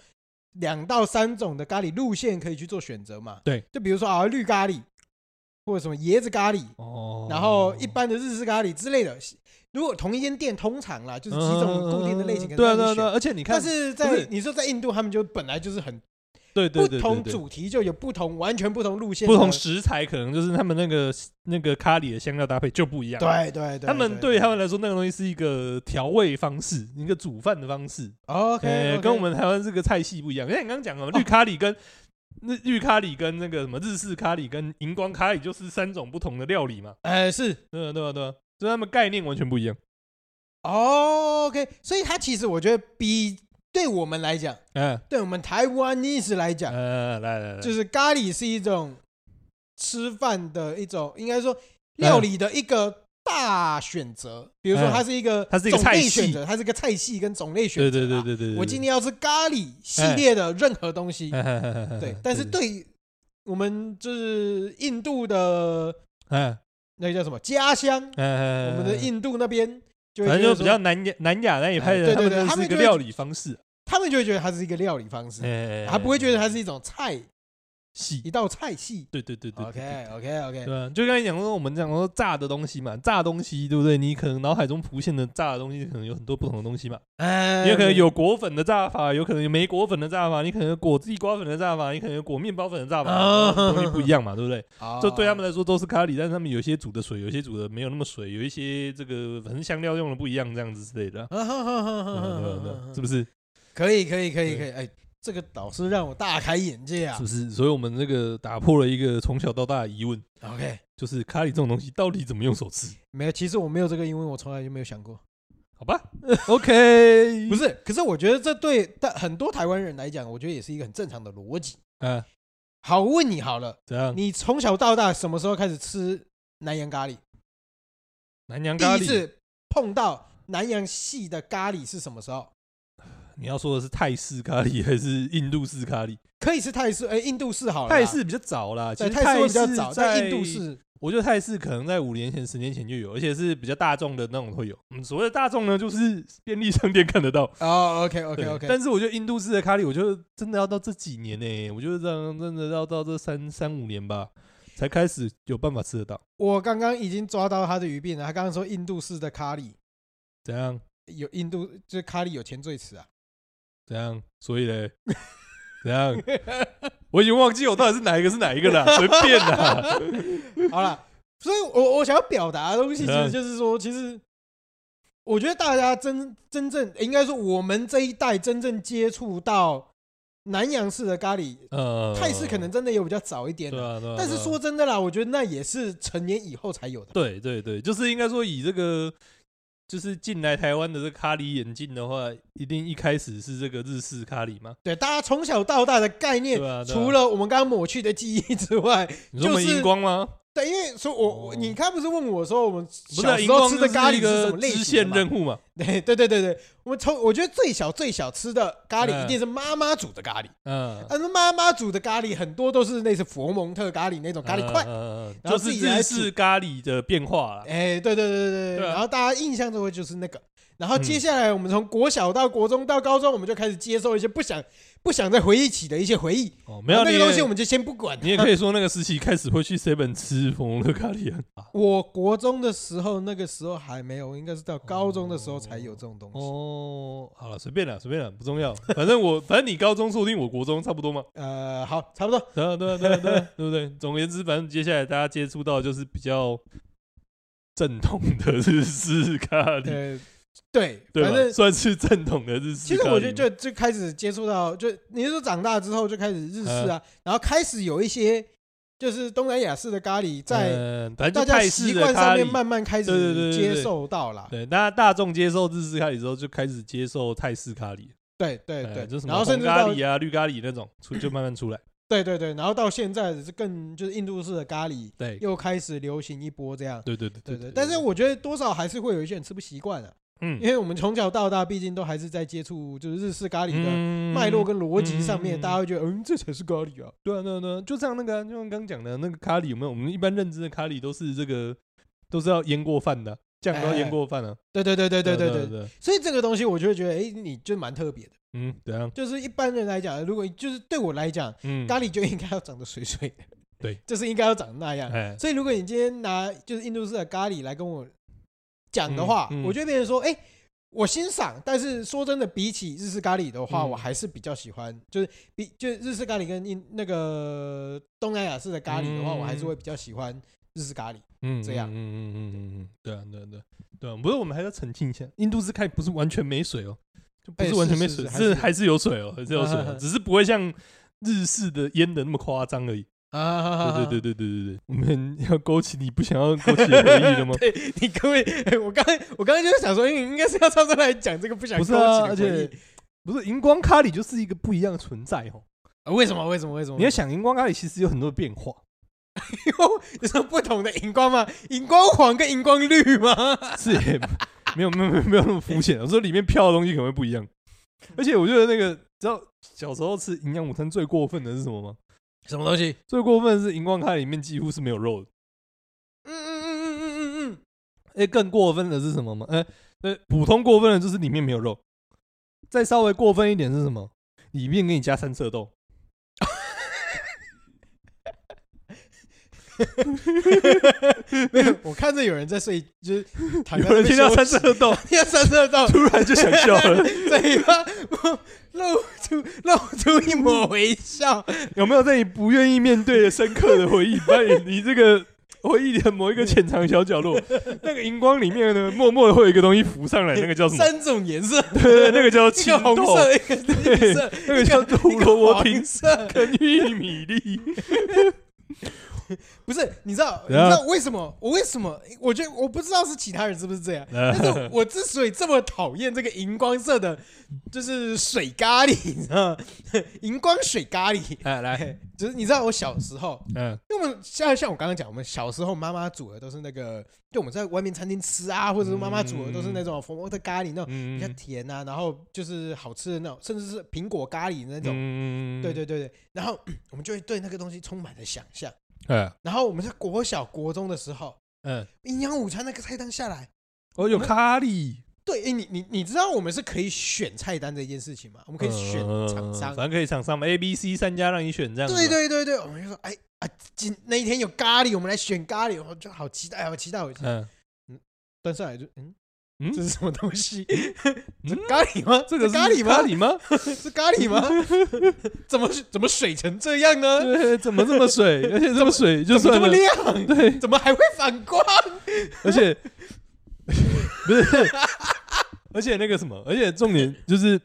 S1: 两到三种的咖喱路线可以去做选择嘛。
S2: 对，
S1: 就比如说啊绿咖喱，或者什么椰子咖喱，
S2: 哦，
S1: 然后一般的日式咖喱之类的。如果同一间店，通常啦就是几种固定的类型可以
S2: 对啊
S1: 让
S2: 对啊
S1: 你
S2: 对啊，
S1: 选。
S2: 而且你
S1: 但，
S2: 看
S1: 是
S2: 不
S1: 在
S2: 是
S1: 你说在印度，他们就本来就是很
S2: 对对
S1: 不
S2: 对
S1: 同
S2: 对对，
S1: 主题就有不同完全不同路线的，
S2: 不同食材可能就是他们那个那个咖喱的香料搭配就不一样。，
S1: 对对对，
S2: 他们对他们来说那个东西是一个调味方式，一个煮饭的方式。
S1: OK，
S2: 呃，跟我们台湾这个菜系不一样。因为你刚刚讲
S1: 哦
S2: 了嘛绿咖喱跟那绿咖喱跟那个什么日式咖喱跟荧光咖喱就是三种不同的料理嘛，
S1: 呃是
S2: 对啊对啊对啊，所以他们概念完全不一样。
S1: 哦 OK，所以它其实我觉得比对我们来讲，
S2: 嗯
S1: 对我们台湾 e s 来讲，
S2: 呃，来来来，
S1: 就是咖喱是一种吃饭的一种，应该说料理的一个大选择。比如说，
S2: 嗯
S1: 它是一个
S2: 它是一个
S1: 种类
S2: 菜系
S1: 选择，它是一个菜系跟种类选
S2: 对
S1: 择啊。
S2: 对对对对，嗯
S1: 我今天要吃咖喱系列的任何东西，
S2: 天
S1: 对。但是对我们就是印度的
S2: 嗯
S1: 那个叫什么家乡，我
S2: 嗯，
S1: 们的印度那边就会
S2: 反正
S1: 觉
S2: 就
S1: 得
S2: 比较
S1: 说，
S2: 南亚南亚啊那一派
S1: 哎
S2: 的，
S1: 对对对
S2: 们
S1: 他
S2: 就
S1: 们
S2: 是一个
S1: 就会
S2: 料理方式，啊
S1: 他们就会觉得它是一个料理方式，
S2: 哎，
S1: 他不会觉得它是一种菜，
S2: 细
S1: 一，道菜系。
S2: 对对对对
S1: OK OK OK，
S2: 对啊，就刚才讲说，我们讲说炸的东西嘛，炸东西对不对？你可能脑海中浮现的炸的东西，可能有很多不同的东西嘛。
S1: 哎
S2: 你有可能有果粉的炸法，有可能有没果粉的炸法，你可能有果地瓜粉的炸法，你可能有果面包粉的炸
S1: 啊
S2: 法，东西不一样嘛，对 不对？
S1: 哦
S2: 就对他们来说都是咖喱，但是他们有些煮的水，有些煮的没有那么水，有一些这个反正香料用的不一样，这样子之类的啊。
S1: 啊哈哈哈
S2: 嗯
S1: 哈
S2: 对啊
S1: 哈
S2: 对
S1: 哈
S2: 啊是不是？
S1: 可以可以可以
S2: 对
S1: 可以，哎，这个导师让我大开眼界啊
S2: 是。不是？所以我们这个打破了一个从小到大的疑问，
S1: OK，
S2: 就是咖喱这种东西到底怎么用手吃？
S1: 没有，其实我没有这个，因为我从来就没有想过。
S2: 好 吧，OK，
S1: 不，是，可是我觉得这对但很多台湾人来讲，我觉得也是一个很正常的逻辑。
S2: 嗯，
S1: 好，我问你好了，
S2: 怎样？
S1: 你从小到大什么时候开始吃南洋咖喱？
S2: 南洋
S1: 第
S2: 咖
S1: 一
S2: 喱，
S1: 次碰到南洋系的咖喱是什么时候？
S2: 你要说的是泰式咖喱还是印度式咖喱？
S1: 可以是泰式，哎，印度式好了啦。
S2: 泰式比较早啦，其
S1: 对，
S2: 实
S1: 泰式会比较
S2: 式
S1: 早，
S2: 在
S1: 但印度式
S2: 我觉得泰式可能在五年前、十年前就有，而且是比较大众的那种会有。嗯，所谓的大众呢，就是便利商店看得到。
S1: 哦，OK OK
S2: 对
S1: OK，
S2: 但是我觉得印度式的咖喱，我觉得真的要到这几年呢、我觉得这样真的要到这三三五年吧，才开始有办法吃得到。
S1: 我刚刚已经抓到他的鱼病了。他刚刚说印度式的咖喱
S2: 怎样？
S1: 有印度，就是咖喱有前缀词啊。
S2: 怎样？所以嘞， 怎样？我已经忘记我到底是哪一个是哪一个了， 随便啦。
S1: 好了，所以我我想要表达的东西，其
S2: 嗯
S1: 实就是说，其实我觉得大家真真正应该说，我们这一代真正接触到南洋式的咖喱，
S2: 呃，
S1: 泰式可能真的有比较早一点
S2: 对
S1: 啦。
S2: 啊，对啊。
S1: 但是
S2: 对啊
S1: 说真的啦，我觉得那也是成年以后才有的。
S2: 对对对，就是应该说以这个就是进来台湾的这个咖喱眼镜的话，一定一开始是这个日式咖喱嘛，
S1: 对，大家从小到大的概念
S2: 对，啊，对啊
S1: 除了我们刚刚抹去的记忆之外，
S2: 你说我们
S1: 就是
S2: 荧光吗？
S1: 对，因为说我、我
S2: 哦
S1: 你刚不是问我说我们
S2: 不是
S1: 小
S2: 啊，
S1: 时
S2: 荧光
S1: 候吃的
S2: 就是
S1: 咖喱是
S2: 一
S1: 什
S2: 个
S1: 么类
S2: 支
S1: 型
S2: 线
S1: 的
S2: 任
S1: 嘛？
S2: 务嘛，
S1: 对对对对对，我从我觉得最小最小吃的咖喱
S2: 嗯
S1: 一定是妈妈煮的咖喱，
S2: 嗯，
S1: 但是妈妈煮的咖喱很多都是类似佛蒙特咖喱那哦种咖喱块
S2: 嗯，嗯嗯嗯
S1: 然后
S2: 就
S1: 自
S2: 是
S1: 己
S2: 日
S1: 来煮
S2: 式咖喱的变化啦。
S1: 哎，对对对对
S2: 对啊
S1: 然后大家印象中会就是那个，然后
S2: 嗯
S1: 接下来我们从国小到国中到高中，我们就开始接受一些不想不想再回忆起的一些回忆，
S2: 哦，没
S1: 然
S2: 有
S1: 后
S2: 你
S1: 那
S2: 也
S1: 个东西我们就先不管
S2: 你也
S1: 了。
S2: 可以说那个时期开始会去 seven 吃佛蒙特咖喱啊。
S1: 我国中的时候，那个时候还没有，应该是到高中的时候才有这种东西。
S2: 哦，好了，随便了，随便了，不重要。反正我， 反正你高中说不定我国中差不多嘛。
S1: 呃，好，差不多。
S2: 对啊，对啊，对啊，对啊，对不对？总而言之，反正接下来大家接触到的就是比较正统的日式咖喱，
S1: 呃，对，
S2: 对
S1: 反
S2: 吧？
S1: 正
S2: 算是正统的日式
S1: 其
S2: 咖喱。
S1: 实我觉得就就开始接触到，就你是说长大之后就开始日式
S2: 呃
S1: 啊，然后开始有一些就是东南亚式的咖喱在
S2: 嗯反正
S1: 大
S2: 就
S1: 家
S2: 泰
S1: 习
S2: 式的
S1: 惯上
S2: 咖
S1: 面
S2: 喱，
S1: 慢慢开
S2: 对对对
S1: 始
S2: 对
S1: 接
S2: 对
S1: 受到啦。
S2: 对，大家大众接受日式咖喱之后，就开始接受泰式咖喱，
S1: 对对
S2: 哎
S1: 对
S2: 就，什
S1: 然
S2: 么
S1: 后甚
S2: 红
S1: 至
S2: 咖
S1: 到
S2: 喱啊、绿咖喱那种出就慢慢出来。
S1: 对对对，然后到现在是更就是印度式的咖喱
S2: 对
S1: 又开始流行一波这样。
S2: 对对对
S1: 对对，但是我觉得多少还是会有一些人吃不习惯的，因
S2: 嗯
S1: 为我们从小到大毕竟都还是在接触就是日式咖喱的
S2: 嗯
S1: 脉络跟逻辑上面，
S2: 嗯
S1: 大家会觉得嗯这才是咖喱啊。
S2: 对啊对啊对啊，就像那个啊、就像刚讲的那个咖喱有没有？我们一般认知的咖喱都是这个都是要腌过饭的啊，酱都要腌过饭啊。
S1: 对对对哎对对对
S2: 对
S1: 对
S2: 啊，对啊，
S1: 所以这个东西我就会觉得，哎，你就蛮特别的。
S2: 嗯，怎样？
S1: 就是一般人来讲，如果就是对我来讲，
S2: 嗯，
S1: 咖喱就应该要长得水水的，
S2: 对，
S1: 就是应该要长得那样。
S2: 哎，
S1: 所以如果你今天拿就是印度式的咖喱来跟我讲的话，
S2: 嗯嗯
S1: 我就会变成说，哎、我欣赏，但是说真的，比起日式咖喱的话，
S2: 嗯
S1: 我还是比较喜欢，就是比就是日式咖喱跟印那个东南亚式的咖喱的话，
S2: 嗯
S1: 我还是会比较喜欢日式咖喱。
S2: 嗯，
S1: 这样
S2: 嗯嗯嗯嗯嗯嗯，对啊，对啊，对啊，对啊，不是，我们还要澄清一下，印度式咖喱不是完全没水哦，就不
S1: 哎
S2: 是完全
S1: 是
S2: 没
S1: 是
S2: 水，
S1: 是还
S2: 是
S1: 是
S2: 还是有水哦，还是有 水哦，只是不会像日式的腌的那么夸张而已。
S1: 啊
S2: 对对对对对 对对，我们要勾起你不想要勾起的回忆 了吗？
S1: 对你各位，哎我刚才我刚才就是想说，因为应该是要上上来讲这个不想
S2: 不
S1: 勾
S2: 是
S1: 起
S2: 啊，而
S1: 的
S2: 且
S1: 回忆。
S2: 不是荧光咖喱就是一个不一样的存在哦。
S1: 啊为什么？为什么？为什么？
S2: 你要想荧光咖喱其实有很多变化，
S1: 你说不同的荧光吗？荧光黄跟荧光绿吗？
S2: 是也没有没有没有没有那么肤浅。我说里面飘的东西可能会不一样，
S1: 嗯
S2: 而且我觉得那个知道小时候吃营养午餐最过分的 是什么吗？
S1: 什么东西？
S2: 最过分的是荧光咖喱里面几乎是没有肉的。
S1: 嗯嗯嗯嗯嗯嗯
S2: 哎，更过分的是什么吗？呃，呃，普通过分的就是里面没有肉，再稍微过分一点是什么？里面给你加三色豆。
S1: 嗯， 没有，我看着有人在睡，就是躺在
S2: 有人听到三
S1: 色，
S2: 色豆，
S1: 听到三色到
S2: 突然就想笑 了。
S1: 嘴巴露出露出一抹微 笑。
S2: 有没有在你不愿意面对的深刻的回忆，把你你这个回忆的某一个潜藏小角落，那个荧光里面呢，默默的会有一个东西浮上来，那个叫什么？
S1: 三种颜色，
S2: 对对，对那个叫
S1: 一
S2: 青
S1: 个
S2: 豆
S1: 红，色，一个绿色，
S2: 那个叫胡萝
S1: 一个
S2: 卜丁
S1: 黄色。
S2: 跟玉米粒。
S1: 不是，你知 道，你
S2: 怎样
S1: 知道为什么？我为什么？我觉得我不知道是其他人是不是这样，但是我之所以这么讨厌这个荧光色的，就是水咖喱， 你知道吗？荧光水咖喱，
S2: 来来，
S1: 哎，就是你知道我小时候，
S2: 嗯
S1: 因为我们像像我刚刚讲，我们小时候妈妈煮的都是那个，就我们在外面餐厅吃啊，或者是妈妈煮的都是那种佛佛的咖喱那种比较
S2: 嗯
S1: 甜啊，然后就是好吃的那种，甚至是苹果咖喱那种。
S2: 嗯
S1: 对，对对对，然后嗯我们就会对那个东西充满了想象。
S2: 嗯
S1: 然后我们在国小、国中的时候，
S2: 嗯，
S1: 营养午餐那个菜单下来，
S2: 哦，有咖喱，
S1: 对，诶你你你知道我们是可以选菜单这件事情吗？我们可以选厂商
S2: 嗯，反正可以厂商嘛，A、B、C 三家让你选这样子嘛。
S1: 对对对对，我们就说，哎啊，今那一天有咖喱，我们来选咖喱，我就好期待，好期待，好期待。
S2: 嗯，
S1: 端上来就，嗯
S2: 嗯
S1: 这是什么东西？
S2: 嗯
S1: 咖喱吗？
S2: 这个是
S1: 咖喱吗
S2: 咖？喱吗？
S1: 是咖喱吗？怎么怎么水成这样 呢？
S2: 对，怎么这 么水？而且这么水就
S1: 怎么这
S2: 算
S1: 么
S2: 了。
S1: 亮？
S2: 对，
S1: 怎么还会反光？
S2: 而且不是，而且那个什么，而且重点就是，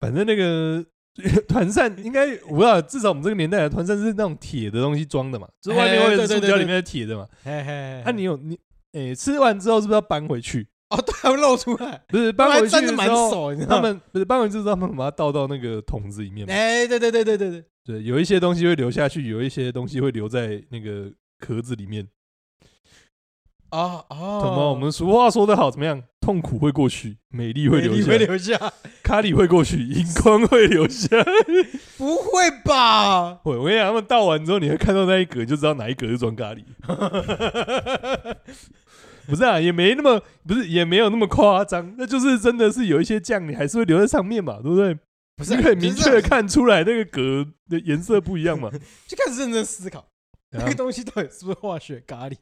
S2: 反正那个 团扇应该我不知道，至少我们这个年代的团扇是那种铁的东西装的嘛，就是外面
S1: 哎
S2: 外面
S1: 对
S2: 是
S1: 对
S2: 塑
S1: 对
S2: 胶，
S1: 对
S2: 里面是铁的嘛。
S1: 嘿嘿
S2: 那、你有你诶、吃完之后是不是要搬回去？
S1: 哦，对，还会露出来，
S2: 不是
S1: 不
S2: 搬
S1: 然
S2: 回去
S1: 沾的
S2: 的
S1: 蛮
S2: 时候，
S1: 手，你知道
S2: 他
S1: 吗？
S2: 们不是搬回去之后，他们把它倒到那个桶子里面嘛。
S1: 哎，对对对对对对，
S2: 对，有一些东西会流下去，有一些东西会留在那个壳子里面。
S1: 哦哦，
S2: 怎么？我们俗话说得好，怎么样？痛苦会过去，美丽会留
S1: 你
S2: 下
S1: 会。留下？
S2: 咖喱会过去，荧光会留下。
S1: 不会吧？
S2: 我我跟你讲，他们倒完之后，你会看到那一格，就知道哪一格是装咖喱。不是啊，也没那么不是，也没有那么夸张。那就是真的是有一些酱，你还是会留在上面嘛，对不对？
S1: 不是
S2: 你
S1: 啊，
S2: 可以明确
S1: 就是
S2: 的看出来那个格的颜色不一样嘛。
S1: 就开始认真思考，
S2: 啊
S1: 那个东西到底是不是化学咖喱，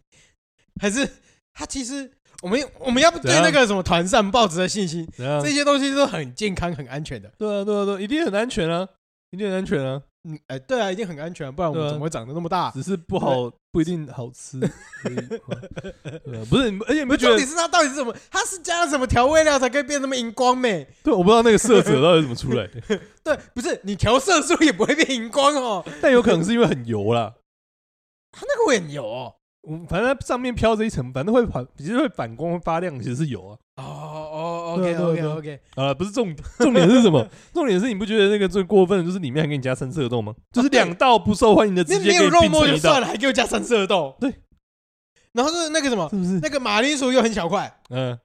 S1: 还是它其实我们我们要不对
S2: 怎样
S1: 那个什么团扇抱持的信心，
S2: 怎样？
S1: 这些东西都很健康、很安全的。
S2: 对啊，对啊，对啊，一定很安全啊，一定很安全啊，
S1: 嗯，哎，对啊，一定很安全，不然我
S2: 对
S1: 们
S2: 啊
S1: 怎么会长得那么大？
S2: 只是不好，不一定好 吃。所以 对啊不是，你而且你不觉
S1: 重
S2: 得
S1: 点是它到底是什么？它是加了什么调味料才可以变那么荧光美？
S2: 对，我不知道那个色泽到底怎么出来 的，
S1: 对，不是你调色素也不会变荧光哦，
S2: 但有可能是因为很油啦。
S1: 它那个会很油哦。
S2: 我反正它上面飘着一层，反正会反，其实会反光、会发亮，其实是油啊。
S1: 哦哦，OK
S2: 对啊对
S1: OK
S2: 啊对啊
S1: OK，
S2: 啊，不是重点，重点是什么？重点是你不觉得那个最过分的就是里面还给你加三色豆吗？就是两道不受欢迎 的直
S1: 啊那
S2: 接
S1: 没
S2: 给
S1: 有
S2: 你
S1: 肉
S2: 并
S1: 末
S2: 成
S1: 就
S2: 一道
S1: 算，了，还给我加三色豆。
S2: 对，
S1: 然后就是那个什 么，
S2: 是不是？
S1: 那个马铃薯又很小块，
S2: 嗯，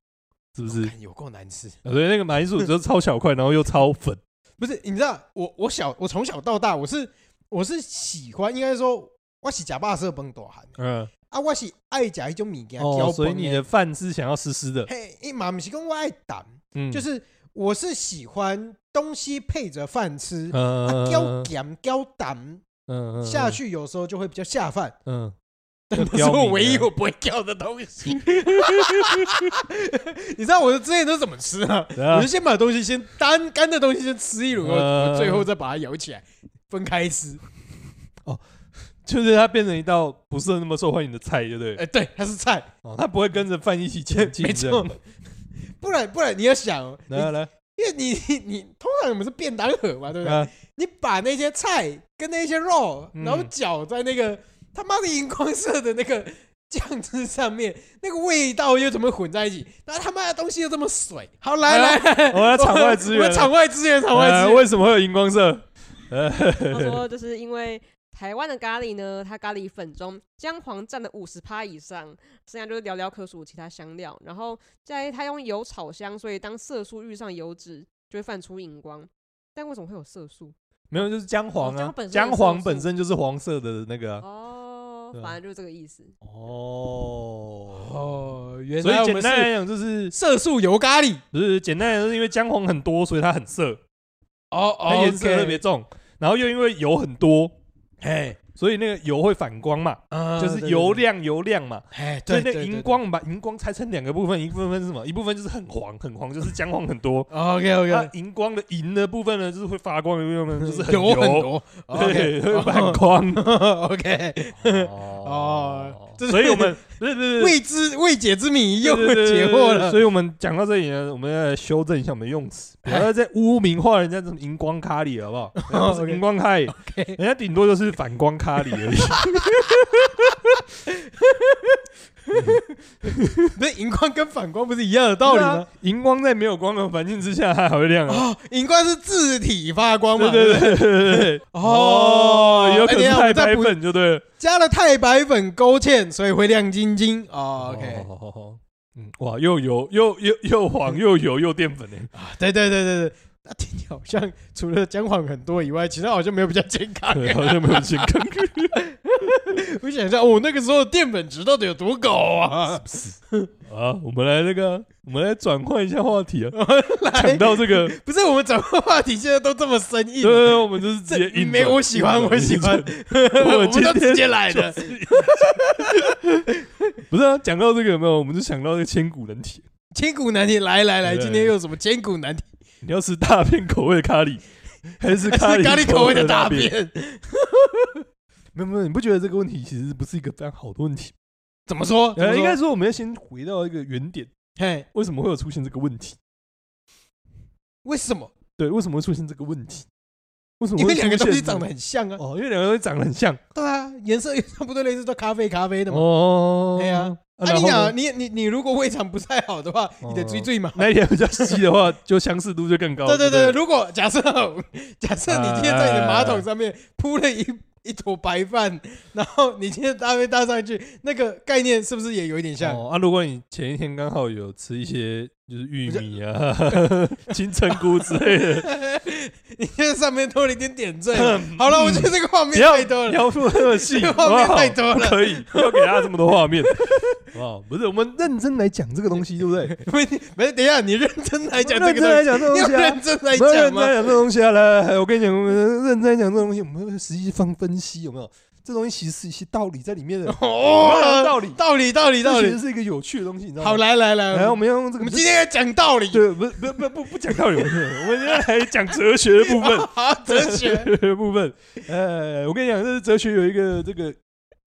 S2: 是不是？
S1: 干有够难吃。
S2: 啊对，那个马铃薯就是超小块，然后又超粉，
S1: 不是，你知道我我小我从小到大我是我是喜欢，应该说我是假巴色崩大汉的
S2: 嗯，
S1: 啊，我是爱食一种物件
S2: 哦，
S1: 搅
S2: 所以你的饭是想要湿湿的，
S1: 嘿，伊嘛不是讲我爱蛋，
S2: 嗯，
S1: 就是我是喜欢东西配着饭吃，啊，
S2: 呃
S1: 浇，咸浇蛋
S2: 嗯
S1: 下，去，有时候就会比较下饭。
S2: 嗯，
S1: 但
S2: 就
S1: 那是我
S2: 刁民
S1: 唯一
S2: 啊
S1: 我不会挑的东西。 你知道我之前都怎么吃啊？
S2: 对啊
S1: 我就先把东西先单干的东西先吃一轮，
S2: 呃
S1: 我最后再把它舀起来分开吃。
S2: 就是它变成一道不是那么受欢迎的菜，对不对？
S1: 哎，对，它是 菜，
S2: 哦，它不会跟着饭一起前进，
S1: 没错。 不然不然你要想哦，
S2: 这
S1: 你
S2: 样。来来
S1: 因为你你你通常我们是便当盒嘛，对不对？
S2: 来，啊
S1: 你把那些菜跟那些肉，
S2: 嗯
S1: 然后搅在那个他妈的荧光色的那个酱汁上面，那个味道又怎么混在一起？然后他妈的东西又这么水。好，来
S2: 哎呀
S1: 来，
S2: 我要场外资
S1: 我
S2: 源
S1: 们，场外资源，场外
S2: 呃
S1: 资源。
S2: 为什么会有荧光色？呃，
S3: 他 说就是因为台湾的咖喱呢，它咖喱粉中姜黄占了五十趴以上，剩下就是寥寥可数其他香料。然后在它用油炒香，所以当色素遇上油脂，就会泛出荧光。但为什么会有色素？
S2: 没有，就是姜黄
S3: 哦姜
S2: 啊
S3: 本身，有
S2: 姜黄
S3: 色素
S2: 本身就是黄色的那个啊。
S3: 哦
S2: 对，啊
S3: 反正就是这个意思。
S2: 哦，
S1: 哦，原
S2: 所
S1: 来
S2: 以
S1: 我
S2: 简
S1: 们
S2: 单
S1: 是
S2: 来讲就是，
S1: 色素油咖喱。
S2: 不是简单来讲，是因为姜黄很多，所以它很涩，
S1: 哦
S2: 它
S1: 哦，
S2: 颜色特别重，然后又因为油很多，
S1: 哎，
S2: 所以那个油会反光嘛，
S1: 啊
S2: 就是油，亮油亮嘛。
S1: 哎，
S2: 所
S1: 对
S2: 以那
S1: 对，
S2: 荧光，我们把荧光拆成两个部分，一部分是什么？一部分就是很黄，很黄就是姜黄很 多。
S1: OK OK，
S2: 那荧光的银的部分呢，就是会发光的部分呢，就是很
S1: 嗯油很
S2: 油，
S1: 多。哦
S2: 对， 会反
S1: OK
S2: 光。
S1: OK，
S2: 哦
S1: 这是
S2: 所以我们不是不是不是
S1: 未知未解之谜又
S2: 对对对
S1: 解
S2: 对
S1: 惑
S2: 对
S1: 了。
S2: 所以我们讲到这里呢，我们要来修正一下我们的用词，不要再污名化人家这种荧光咖喱了，好不 好？人家不
S1: 哎哦 OK
S2: 是荧光咖喱，
S1: OK
S2: 人家顶多就是反光咖喱而已。
S1: 那荧光跟反光不是一样 的道理
S2: 对
S1: 吗
S2: 啊？荧光在没有光的环境之下，它还会亮啊。
S1: 哦，荧光是自体发光嘛？
S2: 对对
S1: 不
S2: 对对对对，
S1: 哦
S2: 哦有可
S1: 哎等一
S2: 能
S1: 下我
S2: 太
S1: 们再
S2: 白
S1: 补
S2: 粉就对了。
S1: 加了太白粉勾芡，所以会亮晶晶。哦，OK，
S2: 好好好，嗯，哇，又油又又又黄又油又淀 粉呢。
S1: 啊，对对对对对，那听起来好像除了姜黄很多以外，其他好像没有比较健康。
S2: 对，好像没有健 康，
S1: 我想一下，哦我那个时候淀粉值到底有多高 啊？
S2: 啊，我们来那个，我们来转换一下话 题啊。讲到这个，
S1: 不是我们整个话题现在都这么生硬啊
S2: 对，对，对我们就是直接
S1: 这
S2: 硬
S1: 没
S2: 转
S1: 我喜 欢，
S2: 硬
S1: 我
S2: 转
S1: 喜
S2: 硬
S1: 欢
S2: 转， 我
S1: 我们
S2: 今
S1: 都直
S2: 天
S1: 接来的。
S2: 不是啊，讲到这个有没有？我们就想到那个千古难题，
S1: 千古难题，来来来，
S2: 对
S1: 今天又有什么千古难题？
S2: 你要吃大便口味的咖喱，还是 咖
S1: 还是
S2: 喱
S1: 咖喱口
S2: 口
S1: 味
S2: 的
S1: 的大
S2: 便？
S1: 便？
S2: 没有没有，你不觉得这个问题其实不是一个非常好的问题？
S1: 怎么说？怎么
S2: 呃，
S1: 说
S2: 应该说我们要先回到一个原点，
S1: 嘿，
S2: 为什么会有出现这个问题？
S1: 为什么？
S2: 对，为什么会出现这个问题？为什么
S1: 因
S2: 会
S1: 为两个
S2: 出现
S1: 东西长得很像啊。
S2: 哦，因为两个东西长得很像
S1: 对啊，颜色又差不多，类似都咖啡咖啡的嘛。
S2: 哦。
S1: 对啊，
S2: 啊
S1: 啊，
S2: 然
S1: 你
S2: 后
S1: 讲啊，
S2: 呢
S1: 你你你如果胃肠不太好的话，你
S2: 哦
S1: 的追追嘛。
S2: 那一天比较稀的话，就相似度就更高。
S1: 对对
S2: 对
S1: 对，
S2: 不，
S1: 如果假设假设你今天在你的马桶上面铺了一一坨白饭，然后你今天搭配搭上去，那个概念是不是也有一点像？
S2: 哦，啊，如果你前一天刚好有吃一些就是玉米啊、 金针菇之类 的，
S1: 哎你现在上面多了一点点 缀。好了，我觉得这个画面
S2: 不要
S1: 太多了。
S2: 描述那么 细，
S1: 这个画面
S2: 好不好
S1: 太多了
S2: 不可以，不要给大家这么多 画面，好不好？不是，我们认真来讲这个东西，对不对？
S1: 不是，不是，等一下，你认真来哎讲这
S2: 认
S1: 个东
S2: 真来
S1: 西，
S2: 讲这
S1: 你
S2: 个东
S1: 要
S2: 西啊
S1: 认。真来
S2: 不要
S1: 讲
S2: 认真
S1: 吗
S2: 来？讲这个东西啊！来来来，我跟你讲，我们认真来讲这个东西，我们实际放分析有没有？这东西其实是一些道理在里面的，
S1: 哦，
S2: 道理
S1: 道理，道理，道
S2: 这其实
S1: 理。
S2: 是一个有趣的东西，你知道吗？
S1: 好，，来来来，
S2: 来，我
S1: 我们
S2: 们要用这
S1: 我
S2: 个
S1: 们今天要讲道理，
S2: 对，不不不不不讲道理，我们我们今天来讲哲学的部 分，哎
S1: 好，哲学。
S2: 部分。呃，我跟你讲，这是哲学有一个这个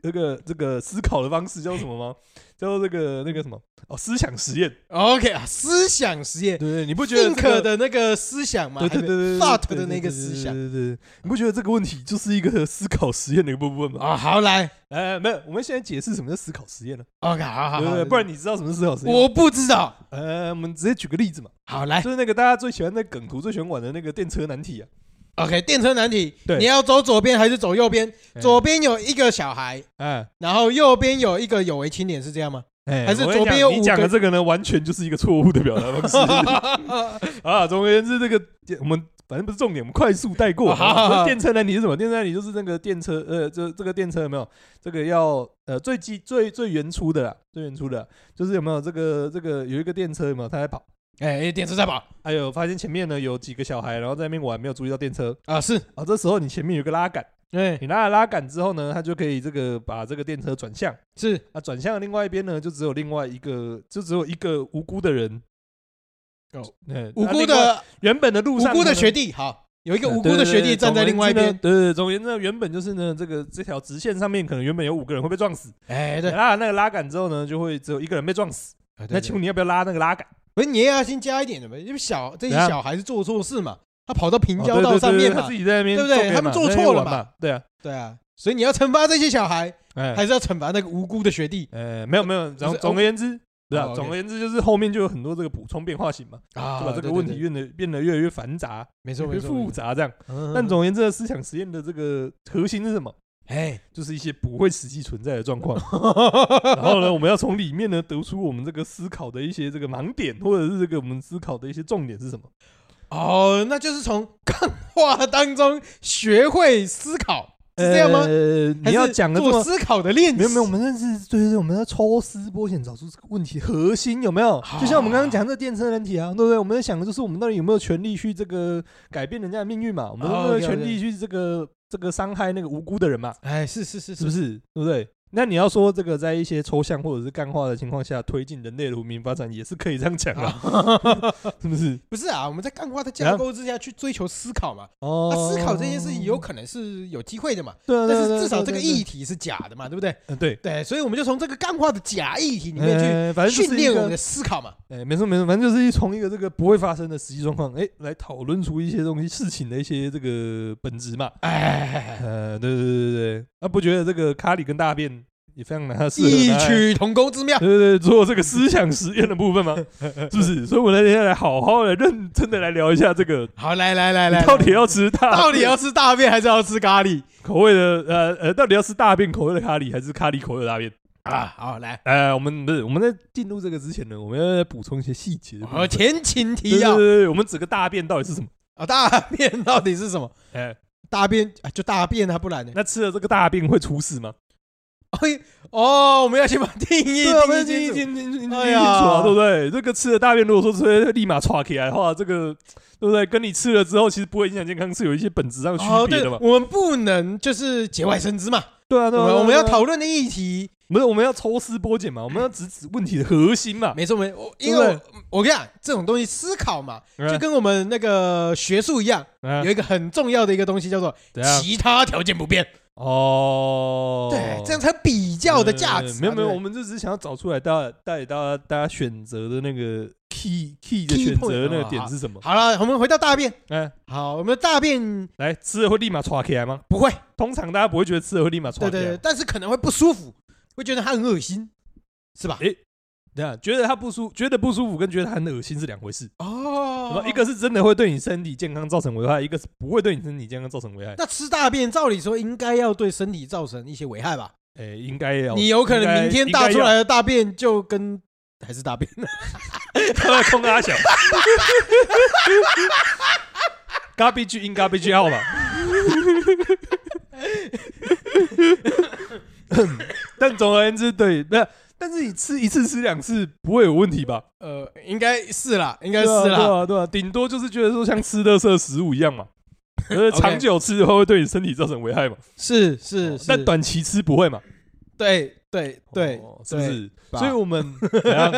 S2: 那个这个思考的方式叫做什么吗？叫做这个那个什么哦，思想实验。
S1: OK 啊，思想实验
S2: 对对，你不觉得这
S1: think
S2: 个
S1: 的那个思想嘛，
S2: 对对对对
S1: thought
S2: 对
S1: 的
S2: 对
S1: 那
S2: 对
S1: 个
S2: 对
S1: 思
S2: 对
S1: 想
S2: 对对对，你不觉得这个问题就是一个 思考实验的一个部分吗？
S1: 啊，好来
S2: 来，来没有，我们现在解释什么叫思考实验呢？
S1: ，OK，好啊好
S2: 对不
S1: 好，
S2: 对？不然你知道什么是思考实验吗？
S1: 我哎不知道，
S2: 呃，我们直接举个例子嘛，
S1: 好来
S2: 就是那个大家最喜欢的梗图、最喜欢玩的那个电车难题啊。
S1: ，OK，电车难题，
S2: 对
S1: 你要走左边还是走右边？
S2: 哎
S1: 左边有一个小孩，
S2: 哎
S1: 然后右边有一个有为青年，是这样吗？
S2: 哎，
S1: 还是
S2: 我跟你
S1: 左边
S2: 讲
S1: 有
S2: 你
S1: 五
S2: 讲的
S1: 个
S2: 这个呢，完全就是一个错误的表达方式 啊。总而言之，这个我们反正不是重点，我们快速带过。
S1: 好好好
S2: 那电车难题是什么？电车难题就是那个电车，呃，这这个电车有没有这个要呃最基最最原初的啦，最原初的啦就是有没有这个这个有一个电车有没有它在跑？
S1: 哎，电车在跑
S2: 哎呦，发现前面呢有几个小孩，然后在那边玩，没有注意到电车
S1: 啊，是，
S2: 啊。这时候你前面有一个拉杆，
S1: 哎，
S2: 你拉了拉杆之后呢，它就可以这个把这个电车转向
S1: 是
S2: 啊，转向的另外一边呢，就只有另外一个，就只有一个无辜的人
S1: 哦，
S2: 嗯
S1: 无
S2: 那
S1: 辜
S2: 另外
S1: 的
S2: 原本的路
S1: 无
S2: 上
S1: 辜的
S2: 呢
S1: 学弟，好，有一个
S2: 呃
S1: 无辜的
S2: 对对
S1: 学弟
S2: 对
S1: 站在
S2: 总而
S1: 另外一
S2: 言之呢
S1: 边，
S2: 对对，对总而言之呢，原本就是呢，这个这条直线上面可能原本有五个人会被撞死，啊
S1: 哎，对，
S2: 拉了那个拉杆之后呢，就会只有一个人被撞死。那请问你要不要拉那个拉杆？
S1: 不是你也要先加一点的嘛，因为小这些
S2: 怎样
S1: 小孩是做错事嘛，他跑到平
S2: 啊哦
S1: 交
S2: 对
S1: 道
S2: 对
S1: 上
S2: 对
S1: 面
S2: 他
S1: 嘛
S2: 自，己在那边
S1: 对不对
S2: 重点
S1: 他们
S2: 嘛
S1: 做
S2: 在那边
S1: 错了
S2: 玩
S1: 嘛
S2: 嘛？对啊，
S1: 对啊，所以你要惩罚这些小孩，
S2: 哎
S1: 还是要惩罚那个无辜的学弟
S2: 呃，没有没有，
S1: 是
S2: 总
S1: 哦
S2: 总而言之，对
S1: 哦
S2: 啊，
S1: ，OK
S2: 总而言之就是后面就有很多这个补充变化型嘛，
S1: 啊
S2: 就把这个问题
S1: 对对对
S2: 变得变得越来越繁杂，
S1: 没
S2: 越
S1: 错
S2: 来
S1: 没
S2: 越
S1: 错，
S2: 复杂这样。
S1: 嗯，
S2: 但总而言之，思想实验的这个核心是什么？
S1: 哎，
S2: 就是一些不会实际存在的状况， 然后呢，我们要从里面呢得出我们这个思考的一些这个盲点，或者是这个我们思考的一些重点是什么？
S1: 哦，那就是从干话当中学会思考，是这样吗？
S2: 呃，
S1: 还
S2: 你
S1: 是
S2: 要讲的这
S1: 做
S2: 么
S1: 思考的练习，
S2: 没有没有，我们认识对对对，我们要抽丝剥茧，找出这个问题的核心有没有？就像我们刚刚讲这个电车人体啊，对不对？我们在想的就是我们到底有没有权利去这个改变人家的命运嘛？我们有没
S1: 哦
S2: 有
S1: ，OK，OK
S2: 权利去这个这个伤害那个无辜的人嘛？
S1: 哎，是是是
S2: 是不？是？对不对？那你要说这个在一些抽象或者是干化的情况下推进人类的文明发展，也是可以这样讲啊， 是 不是？
S1: 不是啊，我们在干话的
S2: 怎
S1: 架
S2: 样
S1: 构之下去追求思考嘛，
S2: 哦
S1: 那啊思考这件事情有可能是有机会的嘛，
S2: 对啊，
S1: 但
S2: 哦对啊
S1: 是至少这个议，
S2: 对啊
S1: 题是假的嘛，对不对？
S2: 对啊对啊嗯，对，
S1: 对，所以我们就从这个干话的假议题里面
S2: 呃反
S1: 去
S2: 正就是
S1: 训
S2: 一
S1: 练
S2: 个
S1: 我们的思考嘛。
S2: 哎，没错没错，反正就是一从一个这个不会发生的实际状况，哎，来讨论出一些东西事情的一些这个本质嘛。
S1: 哎，
S2: 呃，对对对对对，那、不觉得这个咖喱跟大便也非常拿它适合
S1: 异
S2: 拿来
S1: 曲同工之妙。
S2: 对对对，做这个思想实验的部分吗？是不是？所以我们今天来好好的、认真的来聊一下这个，
S1: 好，来来来来，来
S2: 你到底要吃大，
S1: 到底要吃大便还是要吃咖喱
S2: 口味的，呃呃，到底要吃大便口味的咖喱，还是咖喱口味的大便？
S1: 啊？好，来，
S2: 呃，我们不是我们在进入这个之前呢，我们要再补充一些细节的部分。
S1: 我前情提
S2: 对对
S1: 要
S2: 嗯对对，我们整个大便到底是什么？
S1: 啊，大便到底是什么？
S2: 哎、
S1: 大便啊，就大便啊，不然呢？
S2: 那吃了这个大便会出事吗？
S1: 哎，哦，我们要先把定义
S2: 啊
S1: 定义清楚。
S2: 清清楚
S1: 哎呀
S2: 啊，对不对？这个吃了大便，如果说是立马抓起来的话，这个对不对？跟你吃了之后，其实不会影响健康，是有一些本质上的区
S1: 哦，
S2: 别
S1: 对，
S2: 的嘛。
S1: 我们不能就是节外生枝嘛。
S2: 对啊，
S1: 我
S2: 对啊，
S1: 们
S2: 对啊
S1: 我们要，
S2: 对啊
S1: 讨论的议题，
S2: 不是我们要抽丝剥茧嘛，我们要直指问题的核心 嘛。
S1: 没错没错，我因
S2: 对
S1: 为
S2: 不
S1: 我我跟你讲，这种东西思考嘛，
S2: 嗯
S1: 就跟我们那个学术一样，
S2: 嗯
S1: 有一个很重要的一个东西叫做
S2: 怎样？
S1: 其他条件不变，
S2: 啊哦，
S1: 对，这样才比较的价值
S2: 呃
S1: 嘛。
S2: 没有没有，
S1: 对
S2: 我
S1: 不
S2: 们就只是想要找出来大家带大家大家选择的那个 key key 的
S1: Key
S2: 选
S1: point，啊
S2: 择的那
S1: 哦
S2: 个点是什么
S1: 对？好了，我们回到大便，
S2: 哎，
S1: 好，我们的大便
S2: 来吃了会立马抓起来吗？
S1: 不会，
S2: 通常大家不会觉得吃了会立马抓
S1: 对
S2: 起来
S1: 对，对
S2: 嘛。
S1: 但是可能会不舒服，会觉得它很恶心，是吧？
S2: 这样觉得他不舒，觉得不舒服跟觉得他很恶心是两回事。那
S1: 哦
S2: 么，一个是真的会对你身体健康造成危害，一个是不会对你身体健康造成危害。
S1: 那吃大便，照理说应该要对身体造成一些危害吧？
S2: 哎，应该要
S1: 你有可
S2: 应
S1: 能
S2: 该
S1: 明天大出来的大便就跟还是大便，
S2: 应该要空阿小，garbage in garbage out 嘛。但总而言之，对，那但是你吃一次吃两次不会有问题吧？
S1: 呃，应该是啦，应该
S2: 对啊
S1: 是
S2: 对
S1: 啦。
S2: 啊，对啊，顶多就是觉得说像吃垃圾食物一样嘛，呃，
S1: OK
S2: 长久吃的话会对你身体造成危害嘛，
S1: 是是
S2: 哦
S1: 是，
S2: 但短期吃不会嘛。
S1: 对对对
S2: 哦，是不
S1: 对
S2: 是？
S1: 吧
S2: 所以我们怎样？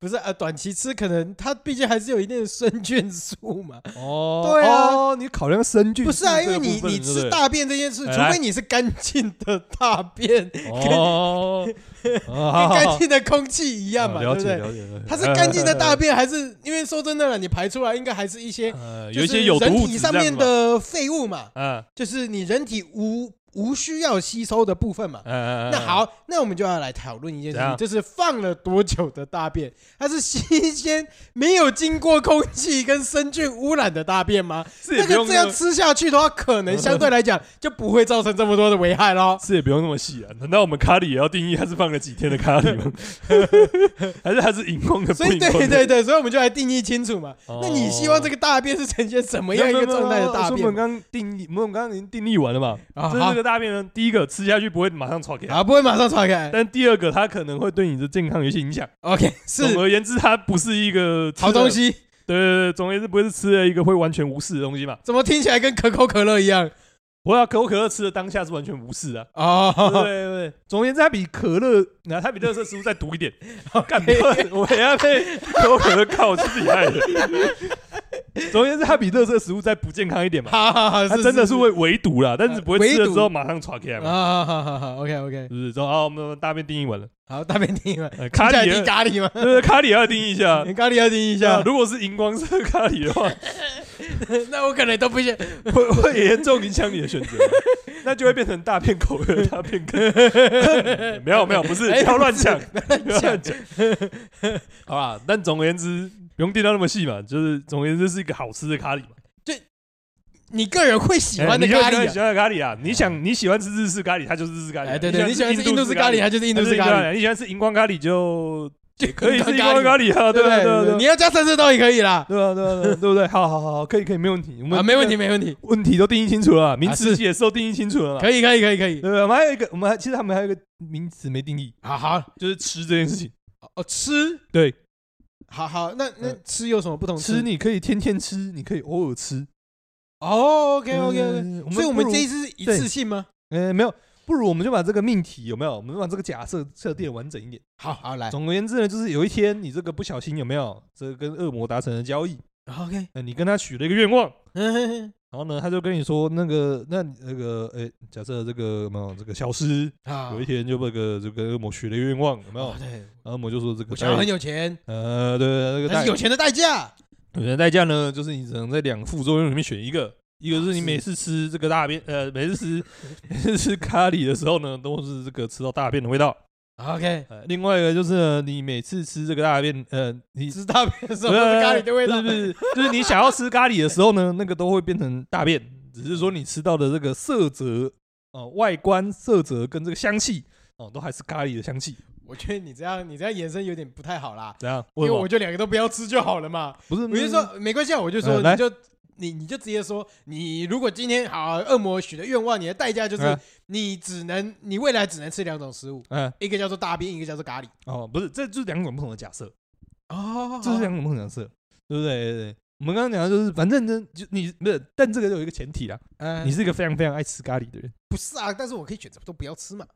S1: 不是呃，短期吃可能它毕竟还是有一定的生菌数 嘛。
S2: 哦，
S1: 对啊
S2: 哦，你考量生菌
S1: 不是啊，
S2: 这
S1: 因
S2: 个
S1: 为你
S2: 部分
S1: 你
S2: 对不
S1: 吃
S2: 对哎
S1: 大便这件事，
S2: 来
S1: 除非你是干净的大 便，
S2: 哦，
S1: 跟干
S2: 干
S1: 净的空气一样嘛，对
S2: 哦了
S1: 不
S2: 解
S1: 对？
S2: 了解了解，
S1: 它是干净的大便，还是因为说真的了，你排出来应该还是一 些
S2: 呃，
S1: 就
S2: 有一些
S1: 是
S2: 有毒
S1: 人
S2: 物
S1: 体
S2: 质
S1: 上
S2: 这样
S1: 面
S2: 子嘛，
S1: 的废物嘛，
S2: 嗯
S1: 就是你人体无无需要吸收的部分嘛。
S2: 嗯嗯，嗯
S1: 那，好，那我们就要来讨论一件事
S2: 怎
S1: 情，
S2: 样
S1: 就是放了多久的大便？它是新鲜、没有经过空气跟生菌污染的大便吗？
S2: 是 也
S1: 那
S2: 不
S1: 个
S2: 用
S1: 这样
S2: 么
S1: 吃下去的话，可能相对来讲就不会造成这么多的危害咯。
S2: 是也不用那么细啊？难道我们咖喱也要定义它是放了几天的咖喱 吗？还是它是荧光的？
S1: 所以对对对对，所以我们就来定义清楚嘛。
S2: 哦
S1: 那你希望这个大便是呈现什么
S2: 没有
S1: 样一
S2: 没有
S1: 个
S2: 没有
S1: 状态的
S2: 我
S1: 大
S2: 说
S1: 便
S2: 我们？刚定义，我们刚刚已经定义完了嘛？
S1: 啊
S2: 就是
S1: 好
S2: 这个大便呢，第一个吃下去不会马上传给它，
S1: 啊，不会马上传开。
S2: 但第二个它可能会对你的健康有一些影响。
S1: OK，
S2: 总
S1: 是
S2: 而言之，它不是一个吃
S1: 好东
S2: 了。
S1: 西，
S2: 对对对，总而言之，不会是吃了一个会完全无视的东西嘛？
S1: 怎么听起来跟可口可乐一样？
S2: 我要可口可乐吃的当下是完全无视 啊。对
S1: 哦，
S2: 对对，总而言之，它比可乐，那它比乐色食物再毒一 点。干
S1: OK
S2: 我也要被可口可乐靠，是自己害的。总而言之，它比乐色食物再不健康一 点嘛。
S1: 好好好，
S2: 它真的 是会围毒啦，但是不会吃
S1: 围
S2: 了
S1: 堵
S2: 之后马上传开来嘛。
S1: 啊，好好好好，OK OK，
S2: 是不是？之后啊，我们大便定义完了，
S1: 好，大便定义嘛，
S2: 呃
S1: 听
S2: 咖
S1: 起来
S2: 喱
S1: 定
S2: 也，
S1: 咖喱嘛，
S2: 呃，咖喱也要定义一 下。
S1: 你咖喱要定义一
S2: 对啊
S1: 下，
S2: 如果是荧光色咖喱的话，
S1: 那我可能都不行。
S2: 会会严重影响你的选 择，那就会变成大便口和大便 根。没有没有，不是，
S1: 哎
S2: 不要乱讲，不
S1: 乱
S2: 要
S1: 讲
S2: 乱讲。 好吧，但总而言之，不用定到那么细嘛，就是总而言之是一个好吃的咖喱嘛。
S1: 你个人会喜欢的
S2: 哎你就
S1: 咖
S2: 喜欢
S1: 喱
S2: 喜
S1: 啊，
S2: 欢的咖喱啊，你想你喜欢吃日式咖喱，它就是日式咖喱啊。
S1: 哎，对对，你喜欢吃印
S2: 印
S1: 度
S2: 式
S1: 式咖喱，
S2: 喱，
S1: 它就是印
S2: 印
S1: 度式咖喱，
S2: 喱。你喜欢吃荧光咖喱就
S1: 就
S2: 可以是
S1: 跟
S2: 荧光咖喱啊，
S1: 对
S2: 对
S1: 不
S2: 啊对啊
S1: 对？
S2: 对
S1: 你
S2: 啊。
S1: 要加三色豆也可以啦，
S2: 对啊，对啊，对啊对不对？好好好，好可以，可以，没问题。我们
S1: 啊，没问题，没问题，
S2: 问题都定义清楚了，名
S1: 是
S2: 词解释都定义清楚了嘛。
S1: 可以可以可以可以，
S2: 呃对，我们还有一个，我们还其实他们还有一个名词没定义，
S1: 好好
S2: 就是吃这件事情。
S1: 哦，吃
S2: 对，
S1: 好好，那那
S2: 嗯
S1: 吃有什么不同？
S2: 吃你可以天天吃，你可以偶尔吃。
S1: 哦，OK OK OK，
S2: 嗯
S1: 所以我们
S2: 不如
S1: 这一次是一次性吗？
S2: 呃没有，不如我们就把这个命题有没有，我们就把这个假设设定得完整一点。
S1: 好好来
S2: 总而言之呢，就是有一天你这个不小心有没有，这个跟恶魔达成了交易，
S1: ，OK，
S2: 那你跟他许了一个愿望。
S1: 嗯哼哼
S2: 然后呢，他就跟你说，那个，那那个，呃，假设这个有没有这个小诗，
S1: 好，
S2: 有一天就那个就跟恶魔许了一个愿望，有没有？
S1: 哦对，
S2: 然后恶魔就说这个
S1: 我想要
S2: 代
S1: 很有钱，
S2: 呃，对对，对那个
S1: 但
S2: 代
S1: 是有钱的代价。
S2: 有钱的代价呢，就是你只能在两副作用里面选一个，一个是你每次吃这个大便，呃，每次 吃每次吃咖喱的时候呢，都是这个吃到大便的味道。
S1: OK，
S2: 呃，另外一个就是呢，你每次吃这个大便，呃，你
S1: 吃大便的时候都是咖喱的味道
S2: 不。是不是，就是你想要吃咖喱的时候呢，那个都会变成大便，只是说你吃到的这个色泽，呃，外观色泽跟这个香气，哦、都还是咖喱的香气。
S1: 我觉得你这样你这样延伸有点不太好啦，
S2: 怎样？
S1: 因为我就两个都不要吃就好了嘛。
S2: 不是，
S1: 我就说没关系，啊，我就
S2: 呃
S1: 说
S2: 嗯来
S1: 你就你你就直接说，你如果今天好恶魔许的愿望，你的代价就是
S2: 呃
S1: 你只能你未来只能吃两种食物，
S2: 嗯、
S1: 一个叫做大便，一个叫做咖喱。
S2: 哦，不是，这就是两种不同的假设。
S1: 哦
S2: 这是两种梦想色，对不对？对对对我们刚刚讲的就是，反正呢，就你不是，但这个有一个前提啦，
S1: 呃
S2: 你是一个非常非常爱吃咖喱的人。
S1: 不是啊？但是我可以选择都不要吃嘛。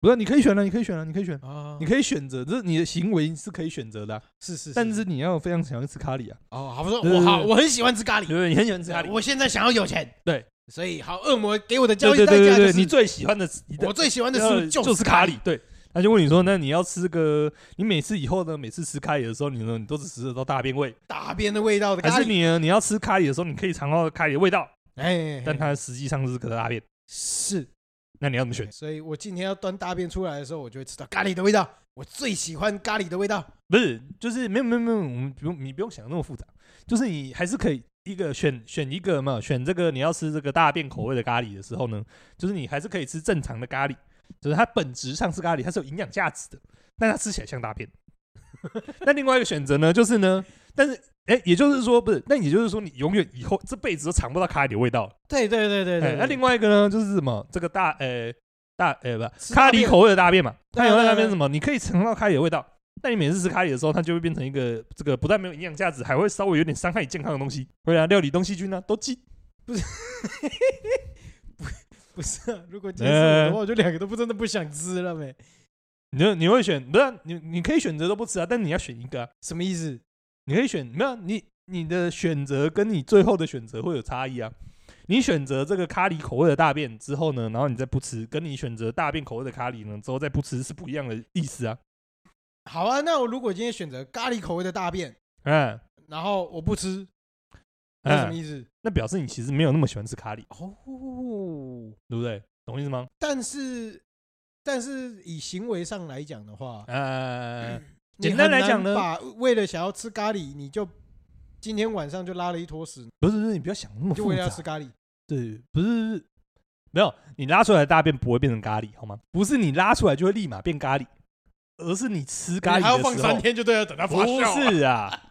S2: 不是，你可以选了，你可以选了，你可以选，
S1: 哦
S2: 你可以选择，这是你的行为是可以选择的啊、
S1: 是是，
S2: 但是你要非常想要吃咖喱啊，
S1: 哦，好，我说
S2: 对
S1: 我
S2: 对
S1: 好，
S2: 对
S1: 我很喜欢吃咖喱啊
S2: 对，不对？你很喜欢吃咖喱，
S1: 我现在想要有钱，
S2: 对，
S1: 所以好，恶魔给我的交易
S2: 对对
S1: 代
S2: 对
S1: 价
S2: 对
S1: 就
S2: 对，你
S1: 是
S2: 最喜欢的，你的
S1: 我最喜欢的食
S2: 呃
S1: 物
S2: 就是咖
S1: 咖
S2: 喱，。对。他就问你说：“那你要吃个？你每次以后呢？每次吃咖喱的时候，你呢，你都只吃得到大便味，
S1: 大便的味道的
S2: 还
S1: 咖
S2: 是
S1: 喱。
S2: 你呢？你要吃咖喱的时候，你可以尝到咖喱的味道，
S1: 哎，
S2: 但它实际上是个大便。
S1: 是，
S2: 那你要怎么选？
S1: 所以我今天要端大便出来的时候，我就会吃到咖喱的味道。我最喜欢咖喱的味道。
S2: 不是，就是没有没有没有，我们不用你不用想那么复杂，就是你还是可以一个选选一个嘛，选这个你要吃这个大便口味的咖喱的时候呢，就是你还是可以吃正常的咖喱，就是它本质上是咖喱，它是有营养价值的，但它吃起来像大便。 那另外一个选择呢，就是呢，但是哎、也就是说不是，那也就是说你永远以后这辈子都尝不到咖喱的味道了。
S1: 对对对对
S2: 哎
S1: 对，
S2: 那另外一个呢，就是什么这个大呃大呃不
S1: 吃
S2: 咖
S1: 大
S2: 喱
S1: 便
S2: 口味的大便嘛，它
S1: 对啊
S2: 有在
S1: 对啊
S2: 那边
S1: 对啊
S2: 什么，你可以尝到咖喱的味道，但你每次吃咖喱的时候，它就会变成一个这个不但没有营养价值，还会稍微有点伤害你健康的东西。会啊，料理东西菌啊，都鸡。呃
S1: 不是啊，如果今天是我的话，我就两个都不真的不想吃了呗。
S2: 你就你会选，不是你你可以选择都不吃啊，但你要选一个啊，
S1: 什么意思？
S2: 你可以选，没有你你的选择跟你最后的选择会有差异啊。你选择这个咖喱口味的大便之后呢，然后你再不吃，跟你选择大便口味的咖喱呢之后再不吃是不一样的意思啊。
S1: 好啊，那我如果今天选择咖喱口味的大便，
S2: 嗯
S1: 然后我不吃，那什么
S2: 嗯，
S1: 意思？
S2: 那表示你其实没有那么喜欢吃咖喱，
S1: 哦，
S2: 对不对？懂意思吗？
S1: 但是但是以行为上来讲的话，
S2: 呃，
S1: 你
S2: 简单来
S1: 很难
S2: 讲呢
S1: 把为了想要吃咖喱，你就今天晚上就拉了一坨屎，
S2: 不是不是，你不要想那么
S1: 就
S2: 复
S1: 为了
S2: 杂
S1: 要。吃咖喱。
S2: 对，不是没有你拉出来的大便不会变成咖喱好吗？不是你拉出来就会立马变咖喱，而是你吃咖喱
S1: 还要
S2: 的
S1: 放
S2: 时
S1: 三
S2: 候
S1: 天就对了，等它发
S2: 不
S1: 酵、啊。
S2: 是啊，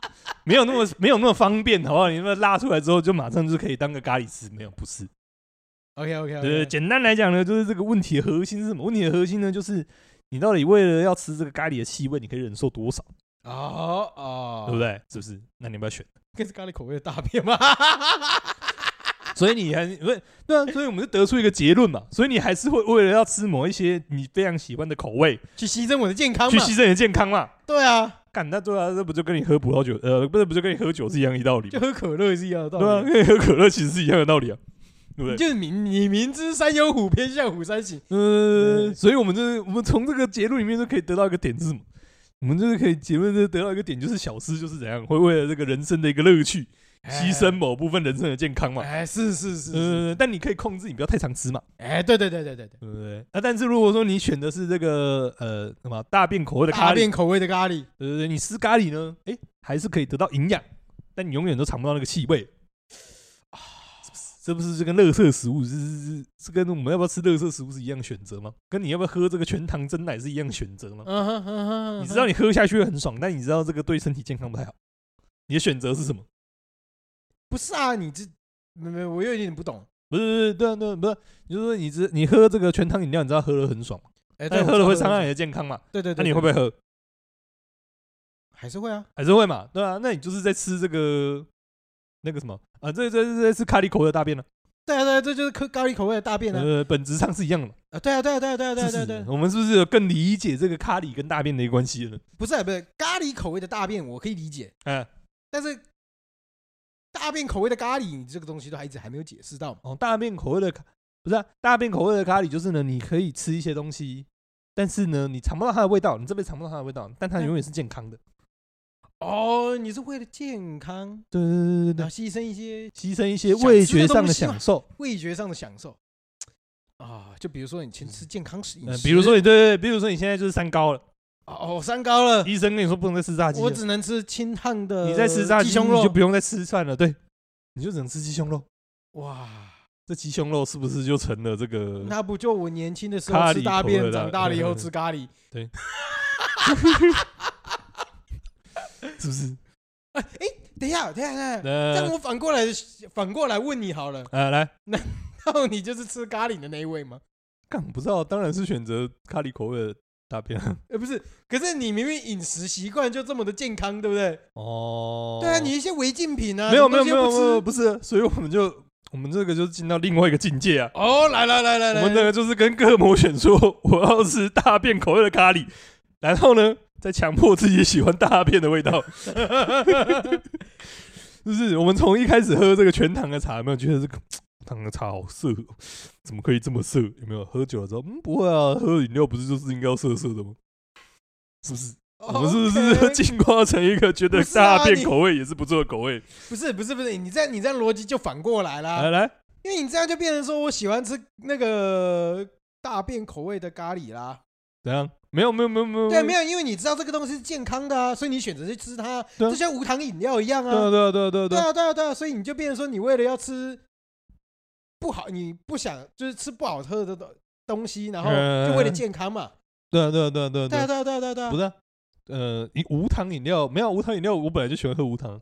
S2: 没有那么没有那么方便，好不好？你那拉出来之后就马上就可以当个咖喱吃，没有不是？
S1: OK OK
S2: 对对，
S1: OK，
S2: 简单来讲呢，就是这个问题的核心是什么？问题的核心呢，就是你到底为了要吃这个咖喱的气味，你可以忍受多少，
S1: 哦哦，
S2: 对不？对？是不是？那你要不要选？
S1: 跟是咖喱口味的大便 吗？啊
S2: 所以你还不是对啊？所以我们就得出一个结论嘛，所以你还是会为了要吃某一些你非常喜欢的口味，
S1: 去牺牲我的健康
S2: 去
S1: 嘛？
S2: 牺牲你的健康嘛。
S1: 对啊，
S2: 干，那对啊，这不就跟你喝葡萄酒，呃，不是，不就跟你喝酒是一样一道理
S1: 就
S2: 吗？
S1: 喝可乐是一样的道
S2: 对啊，
S1: 理。
S2: 跟你喝可乐其实是一样的道理啊，对不对？
S1: 就是明你明知山有虎，偏向虎山行。
S2: 呃，
S1: 对
S2: 所以我们就是我们从这个结论里面就可以得到一个点是什么？我们就是可以结论就得到一个点，就是小吃就是怎样会为了这个人生的一个乐趣，牺牲某部分人生的健康嘛。
S1: 哎，是是是，是
S2: 呃，但你可以控制，你不要太常吃嘛，
S1: 哎，对对对对对对，
S2: 对不对？那但是如果说你选的是这个呃什么大便口味的咖
S1: 大
S2: 喱
S1: 便，口味的咖喱，
S2: 对对对，你吃咖喱呢，哎，还是可以得到营养，但你永远都尝不到那个气味。啊是不是就跟垃圾食物是是是是跟我们要不要吃垃圾食物是一样的选择吗？跟你要不要喝这个全糖真奶是一样的选择吗？
S1: 嗯哼哼哼，
S2: 你知道你喝下去会很爽，但你知道这个对身体健康不太好。你的选择是什么？
S1: 不是啊？你这没没，我有一点不懂。
S2: 不是，不是对啊对啊，不是，你就说你知你喝这个全糖饮料，你知道喝了很爽嘛，
S1: 哎，对，
S2: 但是喝了会伤
S1: 我知
S2: 害
S1: 道。
S2: 你的健康嘛？
S1: 对对对，
S2: 那你会不
S1: 会？
S2: 会喝？
S1: 还是会啊？
S2: 还是会嘛？对啊，那你就是在吃这个那个什么啊，这这这这是咖喱口味的大便呢、
S1: 对啊对啊，这就是咖咖喱口味的大便啊！
S2: 呃，本质上是一样的嘛。
S1: 啊，对啊对啊对啊对啊对啊
S2: 是
S1: 对啊
S2: 是
S1: 对啊
S2: 是，我们是不是有更理解这个咖喱跟大便的一个关系了呢？
S1: 不是啊不是咖喱口味的大便，我可以理解，
S2: 嗯，
S1: 但是大便口味的咖喱，你这个东西都还一直还没有解释到嘛？
S2: 哦，大便口味的咖不是、啊、大便口味的咖喱，就是呢，你可以吃一些东西，但是呢，你尝不到它的味道，你这辈子尝不到它的味道，但它
S1: 嗯
S2: 永远是健康的。
S1: 哦，你是为了健康，
S2: 对对对对
S1: 然
S2: 对
S1: 后，牺牲一些
S2: 牺牲一些
S1: 想
S2: 味
S1: 吃的
S2: 觉上
S1: 东
S2: 的啊
S1: 西嘛
S2: 享受。
S1: 味觉上的享受啊，就比如说你先吃健康食饮
S2: 嗯，
S1: 食，
S2: 比如说你对对，对比如说你现在就是三高了，
S1: 哦，三高了，
S2: 医生跟你说不能再吃炸鸡了
S1: 我，只能吃清烫的，
S2: 你再吃炸
S1: 鸡
S2: 呃鸡
S1: 胸
S2: 你就
S1: 肉
S2: 不用再吃饭了，对，你就只能吃鸡胸肉。
S1: 哇，
S2: 这鸡胸肉是不是就成了这 个？
S1: 那不就我年轻的时
S2: 咖
S1: 候
S2: 喱
S1: 吃大
S2: 口味
S1: 便，
S2: 的
S1: 长大了以 后吃咖喱？
S2: 是不 是？
S1: 等一下，等一下，等一下。让
S2: 呃
S1: 我反过来反过来问你好了，
S2: 呃，来，
S1: 然后你就是吃咖喱的那一位吗？
S2: 干我不知道，当然是选择咖喱口味的大便啊
S1: 呃，不是，可是你明明饮食习惯就这么的健康，对不对？
S2: 哦。
S1: 对啊，你一些违禁品啊，
S2: 没
S1: 什
S2: 有
S1: 么
S2: 没有
S1: 东
S2: 没
S1: 西
S2: 有
S1: 又不
S2: 没有，
S1: 吃。
S2: 不是，所以我们就我们这个就进到另外一个境界啊。
S1: 哦，来来来来
S2: 我
S1: 来，
S2: 们这个就是跟各魔选说，我要吃大便口味的咖喱，然后呢，再强迫自己喜欢大便的味道。就是我们从一开始喝这个全糖的茶，有没有觉得这个糖的茶好涩哦？怎么可以这么涩？有没有喝酒了之后，嗯，不会啊，喝饮料不是就是应该要涩涩的吗？是不是？我们是不是
S1: 哦 OK
S2: 进化成一个觉得
S1: 不是啊
S2: 大便
S1: 你
S2: 口味也是不错的口味？
S1: 不是不是不是，你这样你这样逻辑就反过来
S2: 来
S1: 啦，
S2: 来，
S1: 因为你这样就变成说我喜欢吃那个大便口味的咖喱啦。
S2: 怎样？没有没有没有没有，
S1: 对，啊没
S2: 有。
S1: 有，因为你知道这个东西是健康的啊，所以你选择去吃它，
S2: 对啊
S1: 就像无糖饮料一样
S2: 对啊
S1: 啊。
S2: 对啊对啊对啊
S1: 对
S2: 对啊，
S1: 啊，对啊，对啊，所以你就变成说，你为了要吃不好，你不想就是吃不好喝的东东西，然后
S2: 嗯
S1: 就为了健康嘛。
S2: 对啊对啊对啊对啊
S1: 对
S2: 对
S1: 啊，
S2: 啊，
S1: 对啊，对啊，对啊对啊
S2: 不，是啊，呃，你无糖饮料没有无糖饮料，我本来就喜欢喝无糖。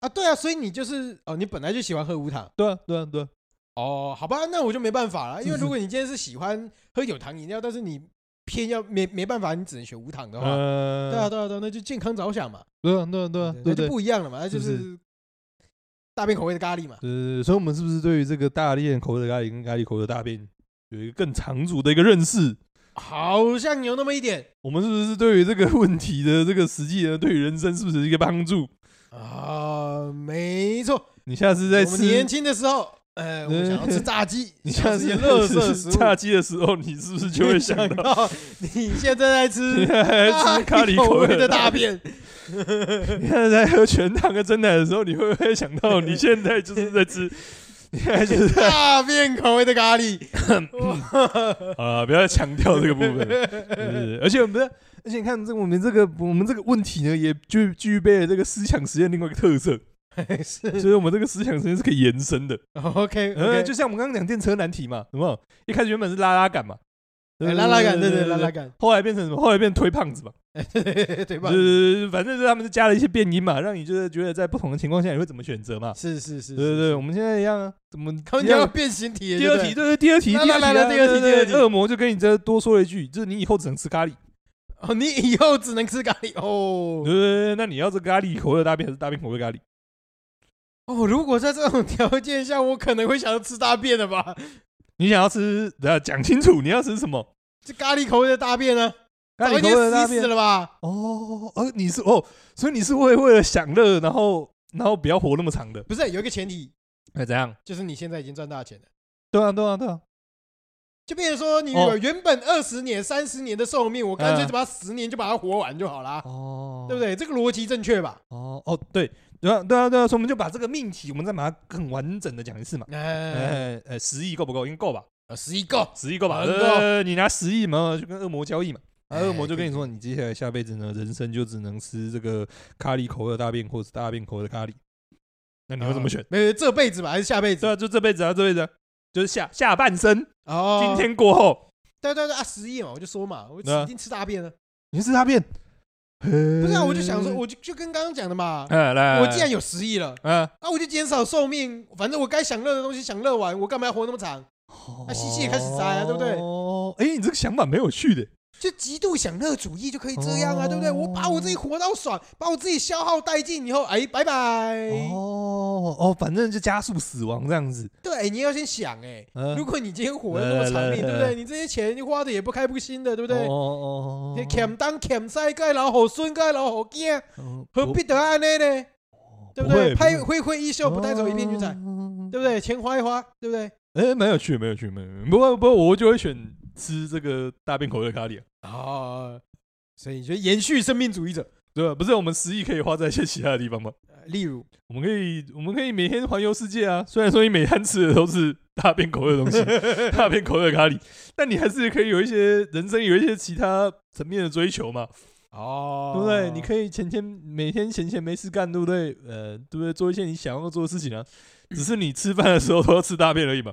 S1: 啊，对啊，所以你就是哦，你本来就喜欢喝无糖
S2: 对啊对啊对啊，
S1: 哦，好吧，那我就没办法了，因为
S2: 是是
S1: 如果你今天是喜欢喝有糖饮料，但是你偏要没没办法，你只能选无糖的话，
S2: 呃，
S1: 对啊，对啊，对啊，那就健康着想嘛，
S2: 对啊对啊对啊，对
S1: 那
S2: 不
S1: 就
S2: 对？
S1: 不一样了嘛，那就是
S2: 不
S1: 是大便口味的咖喱嘛。
S2: 呃，所以我们是不是对于这个大便口味的咖喱跟咖喱口味的大便有一个更长足的一个认识？
S1: 好像有那么一点
S2: 我们是不是对于这个问题的这个实际的对于人生是不是一个帮助？
S1: 啊，没错。
S2: 你下次
S1: 我
S2: 在
S1: 们年
S2: 吃，嗯
S1: 轻的时候，呃，我们想要吃炸鸡，
S2: 你
S1: 想
S2: 下
S1: 要吃一
S2: 次
S1: 些垃圾
S2: 在
S1: 食
S2: 吃
S1: 物，
S2: 炸鸡的时候，你是不是就会想到
S1: 到你现在在 吃
S2: 吃咖喱口
S1: 味
S2: 味
S1: 的大？便，
S2: 你看在喝全糖跟真奶的时候，你会不会想到你现在就是 在吃？你现在就是在
S1: 大便口味的咖喱，
S2: 啊，不要再强调这个部分。是而且我们的，而且你看这个我们这个我们这个问题呢，也具具备了这个思想实验另外一个 特色，
S1: 是
S2: 所以我们这个思想实验是可以延伸的。
S1: OK，
S2: 呃，就像我们刚刚讲电车难题嘛，有没有？一开始原本是拉拉杆嘛，对
S1: 哎拉拉杆，对对拉拉，杆，
S2: 后来变成什么？后来变推胖子嘛，
S1: 对吧
S2: 对？对对，反正就是他们就加了一些变音嘛，让你就是觉得在不同的情况下你会怎么选择嘛。
S1: 是是是，
S2: 对对对，我们现在一样啊，怎么
S1: 他们
S2: 一样
S1: 要变形体了，
S2: 呃第二
S1: 对
S2: 题，
S1: 不对
S2: 对对，第二题，
S1: 来
S2: 第二
S1: 来
S2: 题啊，
S1: 来第二题
S2: 对
S1: 第
S2: 对
S1: 二
S2: 对
S1: 题
S2: 恶魔就跟你再多说了一句，就是你以后只能吃咖喱。
S1: 哦，你以后只能吃咖喱哦
S2: 对对对，那你要这咖喱口味的大便还是大便口味咖喱？
S1: 哦，如果在这种条件下，我可能会想要吃大便的吧？
S2: 你想要吃，等下讲清楚你要吃什么。
S1: 这咖喱口味的大便呢？
S2: 咖
S1: 早
S2: 喱
S1: 一
S2: 口
S1: 点
S2: 味的大
S1: 死
S2: 便
S1: 死了吧？
S2: 哦，呃，你是哦，所以你是为为了享乐，然后然后不要活那么长的，
S1: 不是，有一个前提，
S2: 哎，怎样？
S1: 就是你现在已经赚大钱了。
S2: 对啊，对啊，对啊，
S1: 就变成说，你
S2: 哦
S1: 原本二十年、三十年的寿命，我干脆
S2: 嗯
S1: 就把十年就把它活完就好啦，
S2: 哦
S1: 对不？对？这个逻辑正确吧？
S2: 哦哦，对，对啊，对啊，对啊，所以我们就把这个命题，我们再把它更完整的讲一次嘛。
S1: 哎，
S2: 呃呃，十亿够不够？应该够吧，
S1: 十一个，
S2: 十亿够吧？
S1: 够
S2: 呃，你拿十亿嘛，去跟恶魔交易嘛。啊，恶魔就
S1: 可以
S2: 跟你说，你接下来下辈子呢，人生就只能吃这个咖喱口味的大便，或是大便口味的咖喱。那你会怎么选？
S1: 啊没有这辈子吧，还是下辈子
S2: 对？啊，就这辈子啊，这辈子啊就是下下半生，
S1: 哦，
S2: 今天过后。
S1: 对对对啊，十亿嘛，我就说嘛，我
S2: 对啊
S1: 一定吃大便了。
S2: 你是大便？
S1: 不
S2: 不
S1: 是啊，我就想说，，我就就跟刚刚讲的嘛，
S2: 哎来，
S1: 我既然有十亿了，
S2: 嗯，
S1: 啊，我就减少寿命，反正我该享乐的东西享乐完，我干嘛要活那么长？那西西也开始塞啊对不对
S2: 哦，哎，你这个想法蛮有趣的。
S1: 就极度享乐主义就可以这样啊，对不对？
S2: 哦
S1: 我把我自己活到爽，把我自己消耗殆尽以后，哎，拜拜。
S2: 哦哦，反正就加速死亡这样子。
S1: 对，你要先想哎，
S2: 嗯
S1: 如果你今天活得那么长命，
S2: 来来来
S1: 对不
S2: 来
S1: 对？你这些钱花的也不开不心的，对不
S2: 哦
S1: 对？
S2: 哦
S1: 你
S2: 哦，
S1: 欠当欠西，该老虎孙，该老虎囝，
S2: 哦
S1: 何必得安内呢？对不对？拍挥挥衣袖，不带走一片云彩，，对
S2: 不
S1: 不对？钱花一花，对不对？
S2: 对？哎，蛮有趣的，蛮有趣的，蛮有趣的。不过不过，我就会选吃这个大便口味的咖喱啊。
S1: 哦，所以你觉得延续生命主义者，
S2: 对吧？不是我们十亿可以花在一些其他的地方吗？
S1: 呃例如
S2: 我们可以，我们可以每天环游世界啊。虽然说你每餐吃的都是大便口味的 东西，大便口味的咖喱，但你还是可以有一些人生有一些其他层面的追求嘛，
S1: 哦，
S2: 对不对？你可
S1: 以
S2: 以前天每天闲闲没事干，对不对？呃，对不对？做一些你想要做的事情啊。只是你吃饭的时候都要吃大便而已嘛。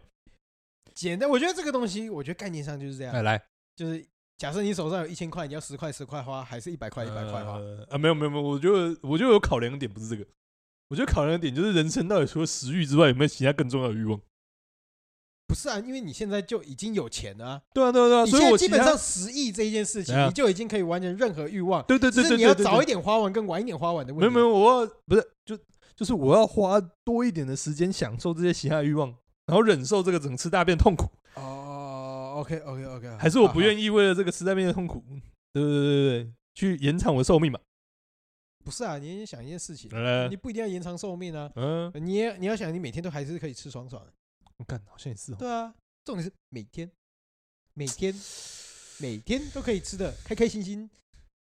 S1: 简单。我觉得这个东西，我觉得概念上就是这
S2: 哎，
S1: 样，
S2: 来，
S1: 就是假设你手上有一千块，你要十块十块花，还是一百块一百块花？
S2: 呃啊，没有没有没有，我觉得我觉得有考量的点不是这个，我觉得考量的点就是人生到底除了食欲之外，有没有其他更重要的欲望？
S1: 不是啊，因为你现在就已经有钱了啊，
S2: 对啊对啊对啊，
S1: 你现
S2: 所以
S1: 在
S2: 我
S1: 基
S2: 其
S1: 本
S2: 他
S1: 上十亿这一件事情
S2: 怎，样
S1: 你就已经可以完成任何欲望，
S2: 对对
S1: 只
S2: 对
S1: 是
S2: 对，
S1: 你要
S2: 对对
S1: 早
S2: 对
S1: 一点花完跟晚一点花完的问
S2: 没
S1: 题。
S2: 有没有，我要不是就就是我要花多一点的时间享受这些其他欲望，然后忍受这个整吃大便的痛苦，
S1: 哦，OK OK OK，
S2: 还是我不
S1: 意？
S2: 愿意为了这个吃大便的痛苦，对对对对对，去延长我的寿命嘛？
S1: 不是啊，你先想一件事情，
S2: 呃
S1: 你，不一定要延长寿命啊，
S2: 嗯，
S1: 你也你要想，你每天都还是可以吃爽爽的。
S2: 我看好像也是哦。
S1: 对啊，重点是每天，每天，每天都可以吃的开开心心。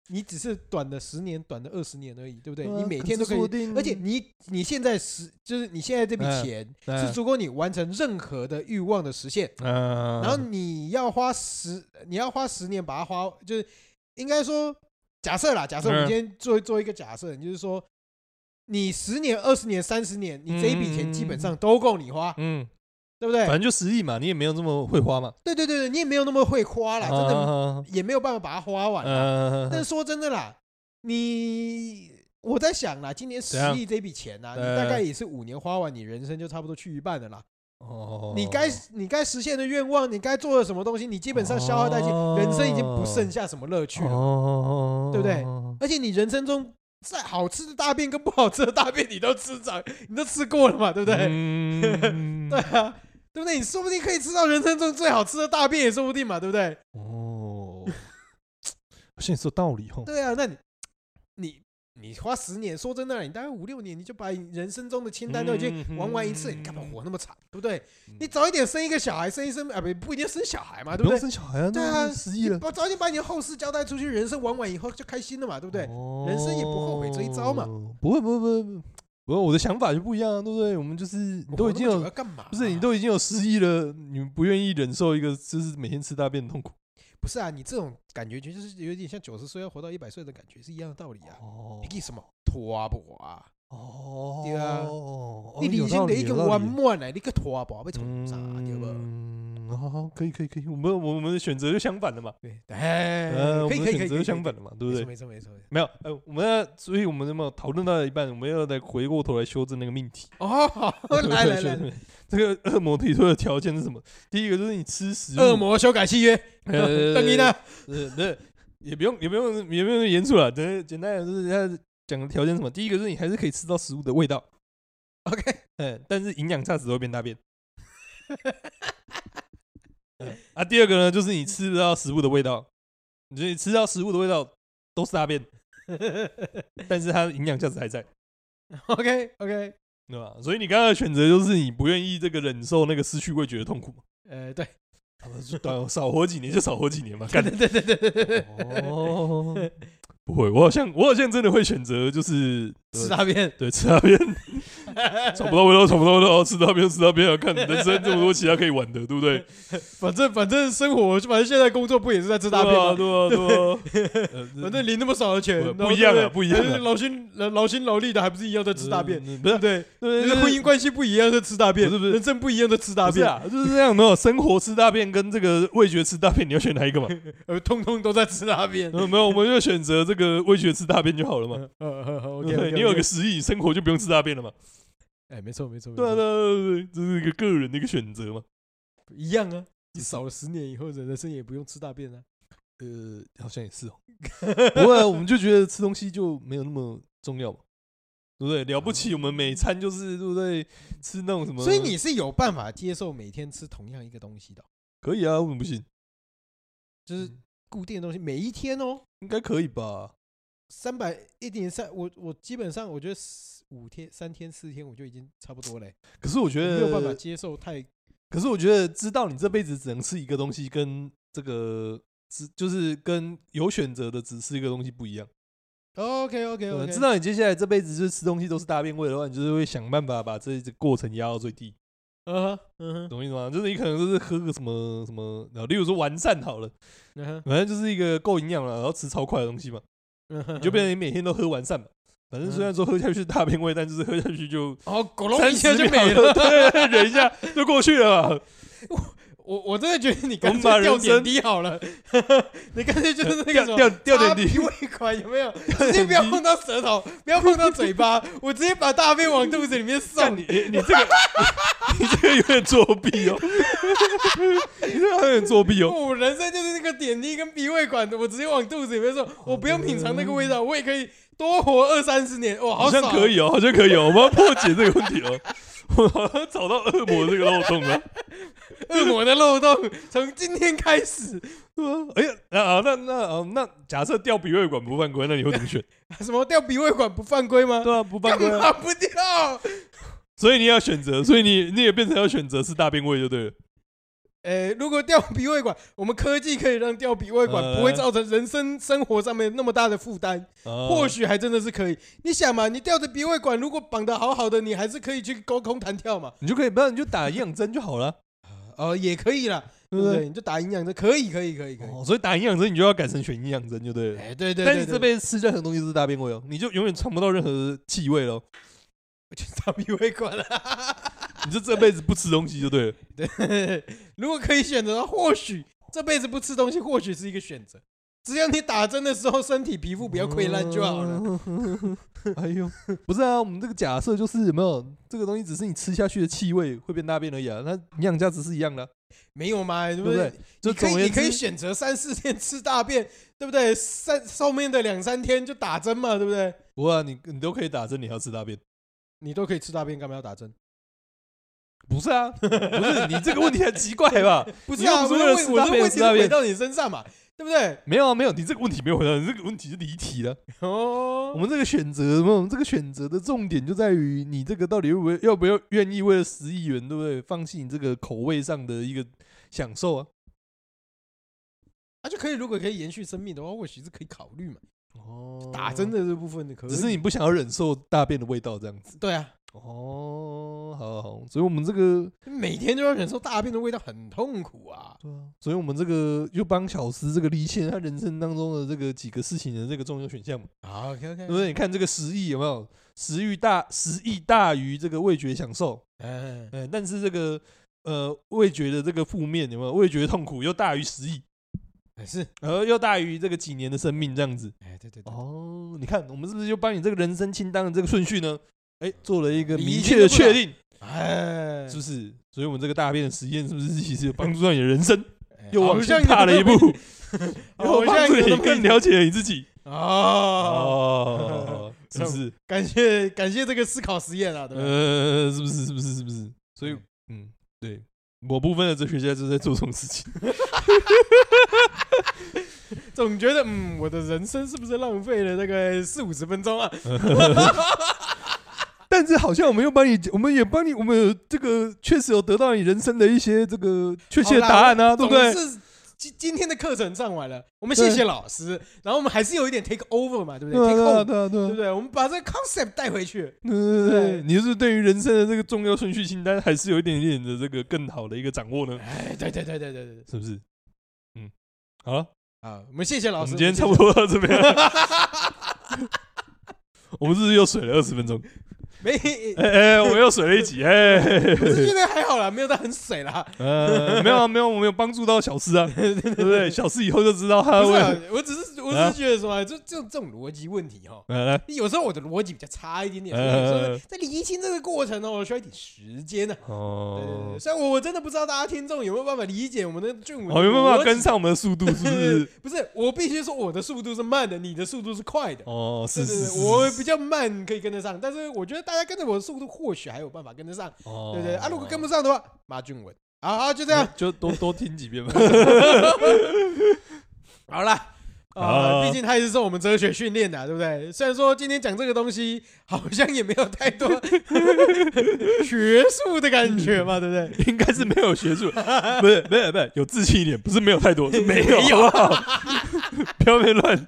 S1: 你只是短的十年，短的二十年而已，对不对？
S2: 对啊
S1: 你每天都可
S2: 可是说
S1: 以
S2: 不，定
S1: 而且你你现在十就是你现在这笔
S2: 哎
S1: 钱是
S2: 嗯
S1: 足够你完成任何的欲望的实现。
S2: 嗯，
S1: 然后你要花十，你要花十年把它花，就是应该说假设啦，假设我们
S2: 嗯
S1: 今天做做一个假设，你就是说你十年、二十年、三十年，你这一笔钱基本上都够你花，
S2: 嗯，
S1: 对不对
S2: 反？正就十亿嘛，你也没有这么会花嘛，啊
S1: 对对对对，你也没有那么会花啦，真的
S2: 的，
S1: 也没有办法把它花完啦。
S2: 嗯，
S1: 但是说真的啦，你我在想啦，今年十
S2: 怎样
S1: 亿这笔钱啊，你
S2: 呃
S1: 大概也是五年花完，你人生就差不多去一半的啦。
S2: 哦
S1: 你该你该实现的愿望，你该做的什么东西，你基本上消耗殆尽，
S2: 哦
S1: 人生已经不剩下什么乐趣了。
S2: 哦，
S1: 对不对而且你人生中再好吃的大便跟不好吃的大便，你都吃长，你都吃过了嘛，对不对？
S2: 嗯
S1: 对啊，对不对？你说不定可以吃到人生中最好吃的大便，也说不定嘛，对不对？
S2: 哦，好像也是有道理哦。
S1: 对啊，那你你你花十年，说真的啦，你大概五六年，你就把你人生中的清单都已经玩完一次，
S2: 嗯
S1: 你干嘛活那么惨，对不对？你早一点生一个小孩，生一生啊，不不一定生小孩嘛，对
S2: 不
S1: 不对？
S2: 用生小孩啊，
S1: 对啊
S2: 那失忆了，
S1: 把早一点把你的后事交代出去，人生玩完以后就开心了嘛，对不对？
S2: 哦
S1: 人生也不后悔这一招嘛。
S2: 不会，不会，不会，不会不会，我的想法就不一样啊，对不对？我们就是你
S1: 我
S2: 都
S1: 活
S2: 已
S1: 那
S2: 经
S1: 么久要
S2: 有，
S1: 干嘛啊？
S2: 不是你都已经有失忆了，你不愿意忍受一个就是每天吃大便的痛苦。
S1: 不是啊？你这种感觉就是有点像九十岁要活到一百岁的感觉是一样的道理啊。
S2: 哦
S1: 你给什么拖不啊？
S2: 哦，
S1: 对啊
S2: 哦
S1: 你
S2: 有
S1: 人
S2: 道
S1: 生得
S2: 理
S1: 一个
S2: 有道理
S1: 圆满嘞，你个拖不被冲啥对不？
S2: 嗯，好好，可以，可以，可以，我们我们的选择就相反了嘛，
S1: 对，哎
S2: 呃，，我
S1: 可以
S2: 们
S1: 可以
S2: 的
S1: 可
S2: 选
S1: 以，可
S2: 择就
S1: 以
S2: 相反了嘛，对
S1: 没错
S2: 不对？
S1: 没错没错。没错
S2: 没有，呃，我们要，所以我们那么讨论到一半，我们要来回过头来修正那个命题。
S1: 哦，好 来来来，来，
S2: 这个恶魔提出的条件是什么？第一个就是你吃食物，
S1: 恶 魔修改契约，
S2: 呃
S1: 等你呢。
S2: 呃，对，也不用也不用也不用严肃了，等简单来说就是他讲的条件是什么？第一个就是你还是可以吃到食物的味道，
S1: OK，
S2: 嗯，但是营养价值会变大变。嗯啊，第二个呢，就是你吃不到食物的味道，你觉得你吃到食物的味道都是大便，但是它的营养价值还在，
S1: OK OK，
S2: 对吧？所以你刚刚的选择就是你不愿意这个忍受那个失去味觉的痛苦嘛，
S1: 呃，对，
S2: 啊不是对少活几年就少活几年嘛，干
S1: 对对对对对对，
S2: 哦，不会，我好像我好像真的会选择就是
S1: 吃大便，
S2: 对吃大便， 找不到味道，找不到味道，吃大便吃大便啊！看人生这么多其他可以玩的，对不对？
S1: 反正反正生活，反正现在工作不也是在吃大便
S2: 对啊
S1: 吗？
S2: 对啊对啊，呃
S1: 反正领那么少的钱，
S2: 不
S1: 然后
S2: 不一样啊
S1: 对对
S2: 不一样啊
S1: 劳心劳劳心劳力的，还不是一样在吃大便？，
S2: 嗯不
S1: 对
S2: 是
S1: 不对？就
S2: 对
S1: 是婚姻关系不一样在吃大便，
S2: 不是不是
S1: 人生不一样在吃大
S2: 不是
S1: 便，
S2: 啊，就是这样的，生活吃大便跟这个味觉吃大便，你要选哪一 个嘛？
S1: 呃，通通都在吃大 便。
S2: 呃没有，我们就选择这个味觉吃大便就好了嘛。
S1: 呃呃呃
S2: 对不对
S1: ，OK，
S2: 你有个食欲，生活就不用吃大便了嘛。
S1: 哎，没错没错，没
S2: 对啊
S1: 错
S2: 对啊对啊，对啊这是一个个人的一个选择嘛。
S1: 一样啊。你少了十年以后，人生也不用吃大便啊。
S2: 呃，好像也是哦。 不啊过我们就觉得吃东西就没有那么重要嘛，嗯对不对？了不起，我们每餐就是对不对？吃那种什 么？
S1: 所以你是有办法接受每天吃同样一个东西的哦，
S2: 可以啊，为什么不嗯行？
S1: 就是固定的东西，每一天哦，
S2: 应该可以吧？
S1: 三百一点三，我我基本上我觉得四五天、三天、四天我就已经差不多嘞，
S2: 可是我觉
S1: 我
S2: 得
S1: 没有办法接受太
S2: 可是我觉得知道你这辈子只能吃一个东西，跟这个只就是跟有选择的只吃一个东西不一样。
S1: OK OK
S2: 呃
S1: OK，
S2: 知道你接下来这辈子就是吃东西都是大便味的话，你就是会想办法把这一个过程压到最低。
S1: 嗯哼嗯哼
S2: 懂我意思吗？就是你可能就是喝个什么什么，然后例如说完善好了，
S1: 嗯哼
S2: 反正就是一个够营养了，然后吃超快的东西嘛，
S1: 嗯哼，
S2: 你就变成你每天都喝完善嘛。反正虽然说喝下去是大便味，但就是喝下去就
S1: 哦，狗笼
S2: 三
S1: 一下
S2: 十
S1: 就
S2: 秒
S1: 没了。
S2: 对，忍一下就过去了嘛。
S1: 我我真的觉得你干
S2: 我们把
S1: 脆掉
S2: 人生
S1: 点滴好了， 你干脆 就是那个
S2: 掉
S1: 什么
S2: 掉掉点滴
S1: 插，鼻胃管有没有？直接不要碰到舌头，不要碰到嘴巴，我直接把大便往肚子里面
S2: 干
S1: 送。
S2: 你你你这 个你这个有点作弊哦， 你这个有点作弊哦。
S1: 我人生就是那个点滴跟鼻胃管的，我直接往肚子里面
S2: 哦
S1: 送，我不用品尝那个味道，我也可以多活二三十年，哇，
S2: 好像
S1: 爽
S2: 可，以哦，好像可以哦，我们要破解这个问题哦。我好像找到恶魔这个漏洞了。
S1: 恶魔的漏洞从今天开始，
S2: 对啊，哎呀，那啊，那那啊，那假设掉鼻胃管不犯规，那你会怎么选？
S1: 什么掉鼻胃管不犯规吗？
S2: 对啊，不犯
S1: 干
S2: 规啊，
S1: 嘛不掉？
S2: 所以你要选择，所以你你也变成要选择是大便味就对了。
S1: 呃，如果掉鼻胃管，我们科技可以让掉鼻胃管
S2: 呃
S1: 不会造成人生生活上面那么大的负担，
S2: 啊
S1: 或许还真的是可以。你想嘛，你吊着鼻胃管，如果绑得好好的，你还是可以去高空弹跳嘛。
S2: 你就可以，不然你就打营养针就好了，
S1: 呃，也可以啦，对不
S2: 对不
S1: 对？
S2: 对？
S1: 你就打营养针，可以，可以，可以，可以。
S2: 哦，所以打营养针你就要改成选营养针就对了。
S1: 哎，对对对，
S2: 但你这
S1: 对
S2: 辈子吃任何东西都是大便味哦，你就永远尝不到任何气味喽。
S1: 我去打鼻胃管了。
S2: 你就这辈子不吃东西就对了。
S1: 如果可以选择的话，或许这辈子不吃东西，或许是一个选择。只要你打针的时候，身体皮肤不要溃烂就好
S2: 哦
S1: 了。
S2: 了。 哎呦，不是啊，我们这个假设就是有没有这个东西，只是你吃下去的气味会变大便而已啊，那营养价值是一样的啊、
S1: 没有嘛，对
S2: 对
S1: 不
S2: 不
S1: 对
S2: 对？？就
S1: 你可
S2: 总
S1: 以，
S2: 而
S1: 你
S2: 言
S1: 可以
S2: 之，
S1: 选择三四天吃大便，对不对？三后面的两三天就打针嘛，对不对？
S2: 不过啊，你你都可以打针，你还要吃大便？
S1: 你都可以吃大便，干嘛要打针？
S2: 不 是啊，不是你这个问题很奇怪吧？
S1: 不是
S2: 你又
S1: 啊，
S2: 不
S1: 我
S2: 是
S1: 的
S2: 为了
S1: 问
S2: 吃
S1: 我
S2: 大
S1: 的
S2: 便
S1: 问
S2: 吃
S1: 题
S2: 大
S1: 是回
S2: 便
S1: 到你身上嘛。对不对？
S2: 没有啊，没有，你这个问题没有回答，你这个问题是离题了。
S1: 哦，
S2: 我们这个选择，我们这个选择的重点就在于你这个到底会不会要不要愿意为了十亿元，对不对？放弃你这个口味上的一个享受啊？
S1: 它就可以，如果可以延续生命的话，或许是可以考虑嘛。
S2: 哦
S1: 打针，的这部分的可以，
S2: 只是你不想要忍受大便的味道这样子。
S1: 对啊，
S2: 哦，好好好，所以我们这个，
S1: 每天都要忍受大便的味道，很痛苦啊。
S2: 对啊，所以我们这个又帮小石这个理清他人生当中的这个几个事情的这个重要选项嘛。
S1: 好，OK
S2: 对不
S1: OK，
S2: 对？你看这个十亿有没有？食欲大，食欲大于这个味觉享受，
S1: 嗯，
S2: 嗯，但是这个呃味觉的这个负面有没有？味觉痛苦又大于十亿，
S1: 哎是，
S2: 呃，又大于这个几年的生命这样子。
S1: 哎对对对，
S2: 哦，你看我们是不是就帮你这个人生清单的这个顺序呢？哎，做了一个
S1: 你
S2: 明
S1: 一
S2: 确
S1: 定
S2: 的
S1: 都不
S2: 确
S1: 懂
S2: 定，
S1: 哎
S2: 是，不是？所以我们这个大便的实验是不是其实有帮助到你的人生，
S1: 哎
S2: 又往
S1: 好像
S2: 前踏了一步，又
S1: 好像
S2: 帮助
S1: 有那么
S2: 你
S1: 一
S2: 更
S1: 点
S2: 了解了你自己？
S1: 哦，
S2: 哦， 是不
S1: 像
S2: 是？
S1: 感谢感谢这个思考实验啊，对吧？
S2: 呃，是不是？是不是？是不是？所以
S1: 嗯，
S2: 嗯，对，某部分的哲学家就在做这种事情。
S1: 总觉得嗯，我的人生是不是浪费了那个四五十分钟啊？
S2: 但是，好像我们又帮你，我们也帮你，我们有这个确实有得到你人生的一些这个确切的答案啊，对不对？
S1: 是今今天的课程上完了，我们谢谢
S2: 对
S1: 老师，然后我们还是有一点 take over 嘛，对不
S2: 对啊，
S1: 对？take
S2: 对啊，
S1: over，
S2: 对啊，对
S1: 对
S2: 啊
S1: 不，对？我们把这个 concept 带回去，
S2: 对
S1: 对
S2: 对对，你就是对于人生的这个重要顺序清单，还是有一点点的这个更好的一个掌握呢，
S1: 哎，对对对对对对对，
S2: 是不是？嗯，好了，
S1: 啊，我们谢谢
S2: 我
S1: 老
S2: 们
S1: 师，
S2: 今天
S1: 我们谢谢
S2: 差不多到这边了。 我们是不是又水了二十分钟？
S1: 没，
S2: 哎哎，我们又水了一集，哎，
S1: 我 是啊觉得还好啦，没有到很水啦。
S2: 呃，没有啊，没有，我没有帮助到小四啊，对 不对？小四以后就知道他
S1: 不是
S2: 会
S1: 啊，我只是我只
S2: 啊
S1: 是觉得说啊，就这种这种逻辑问题哈，
S2: 呃来
S1: 有时候我的逻辑比较差一点点，所以有时候
S2: 呃
S1: 在厘清这个过程哦，需要一点时间呢。对对
S2: 哦
S1: 对，，虽然我我真的不知道大家听众有没有办法理 解我们的俊文，
S2: 哦，有没有办法跟？上我们的速度？是 不是？
S1: 不是，我必须说我的速度是慢的，你的速度是快的。
S2: 哦，
S1: 对
S2: 是
S1: 对
S2: 是
S1: 对，
S2: 是，
S1: 我比较慢可以跟得上，但是我觉得大家跟着我的速度或许还有办法跟得上，
S2: 哦
S1: 对不对？啊，如果跟不上的话，骂俊文。好好，就这样，
S2: 就多多听几遍吧。
S1: 好啦。啊，
S2: 啊
S1: 毕竟他也是受我们哲学训练的啊、对不对？ 虽然说今天讲这个东西好像也没有太多 学术的感觉嘛，对不 对？
S2: 应该是没有学术，不是，不是，不是，有自信一点，不是没有太多，是没有，好不好？ 不要被乱，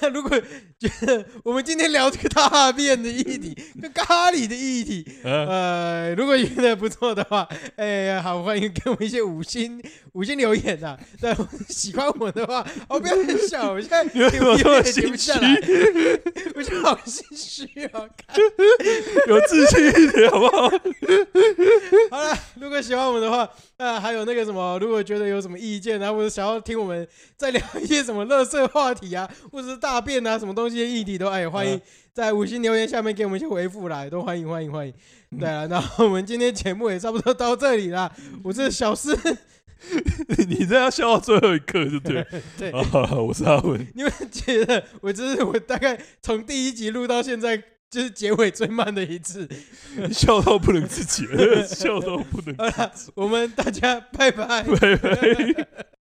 S1: 那如果觉得我们今天聊这个大便的议题跟咖喱的议题，
S2: 呃，
S1: 呃，如果觉得不错的话，哎，好，欢迎给我们一些五星五星留言呐、那喜欢我的话，哦，不要笑，我现在
S2: 你为什么这么
S1: 有点停
S2: 心
S1: 不
S2: 虚
S1: 下？来， 我现在好心虚哦。
S2: 有自信一点，好不好？
S1: 好了，如果喜欢我们的话，那、还有那个什么，如果觉得有什么意见啊，或者想要听我们再聊一些什么乐色话题啊，或者是大便啊什么东西的议题都，哎，欢迎
S2: 嗯
S1: 在五星留言下面给我们一些回复啦，都欢迎欢迎欢迎。对啊，那我们今天节目也差不多到这里啦，我是小诗，
S2: 你这样笑到最后一刻，就 对了。
S1: 对
S2: 啊，好好我是阿文，
S1: 你们觉得我这是我大概从第一集录到现在。就是结尾最慢的一次，
S2: 笑到不能自己了，笑到不能自己
S1: 我们大家拜拜。
S2: 拜拜。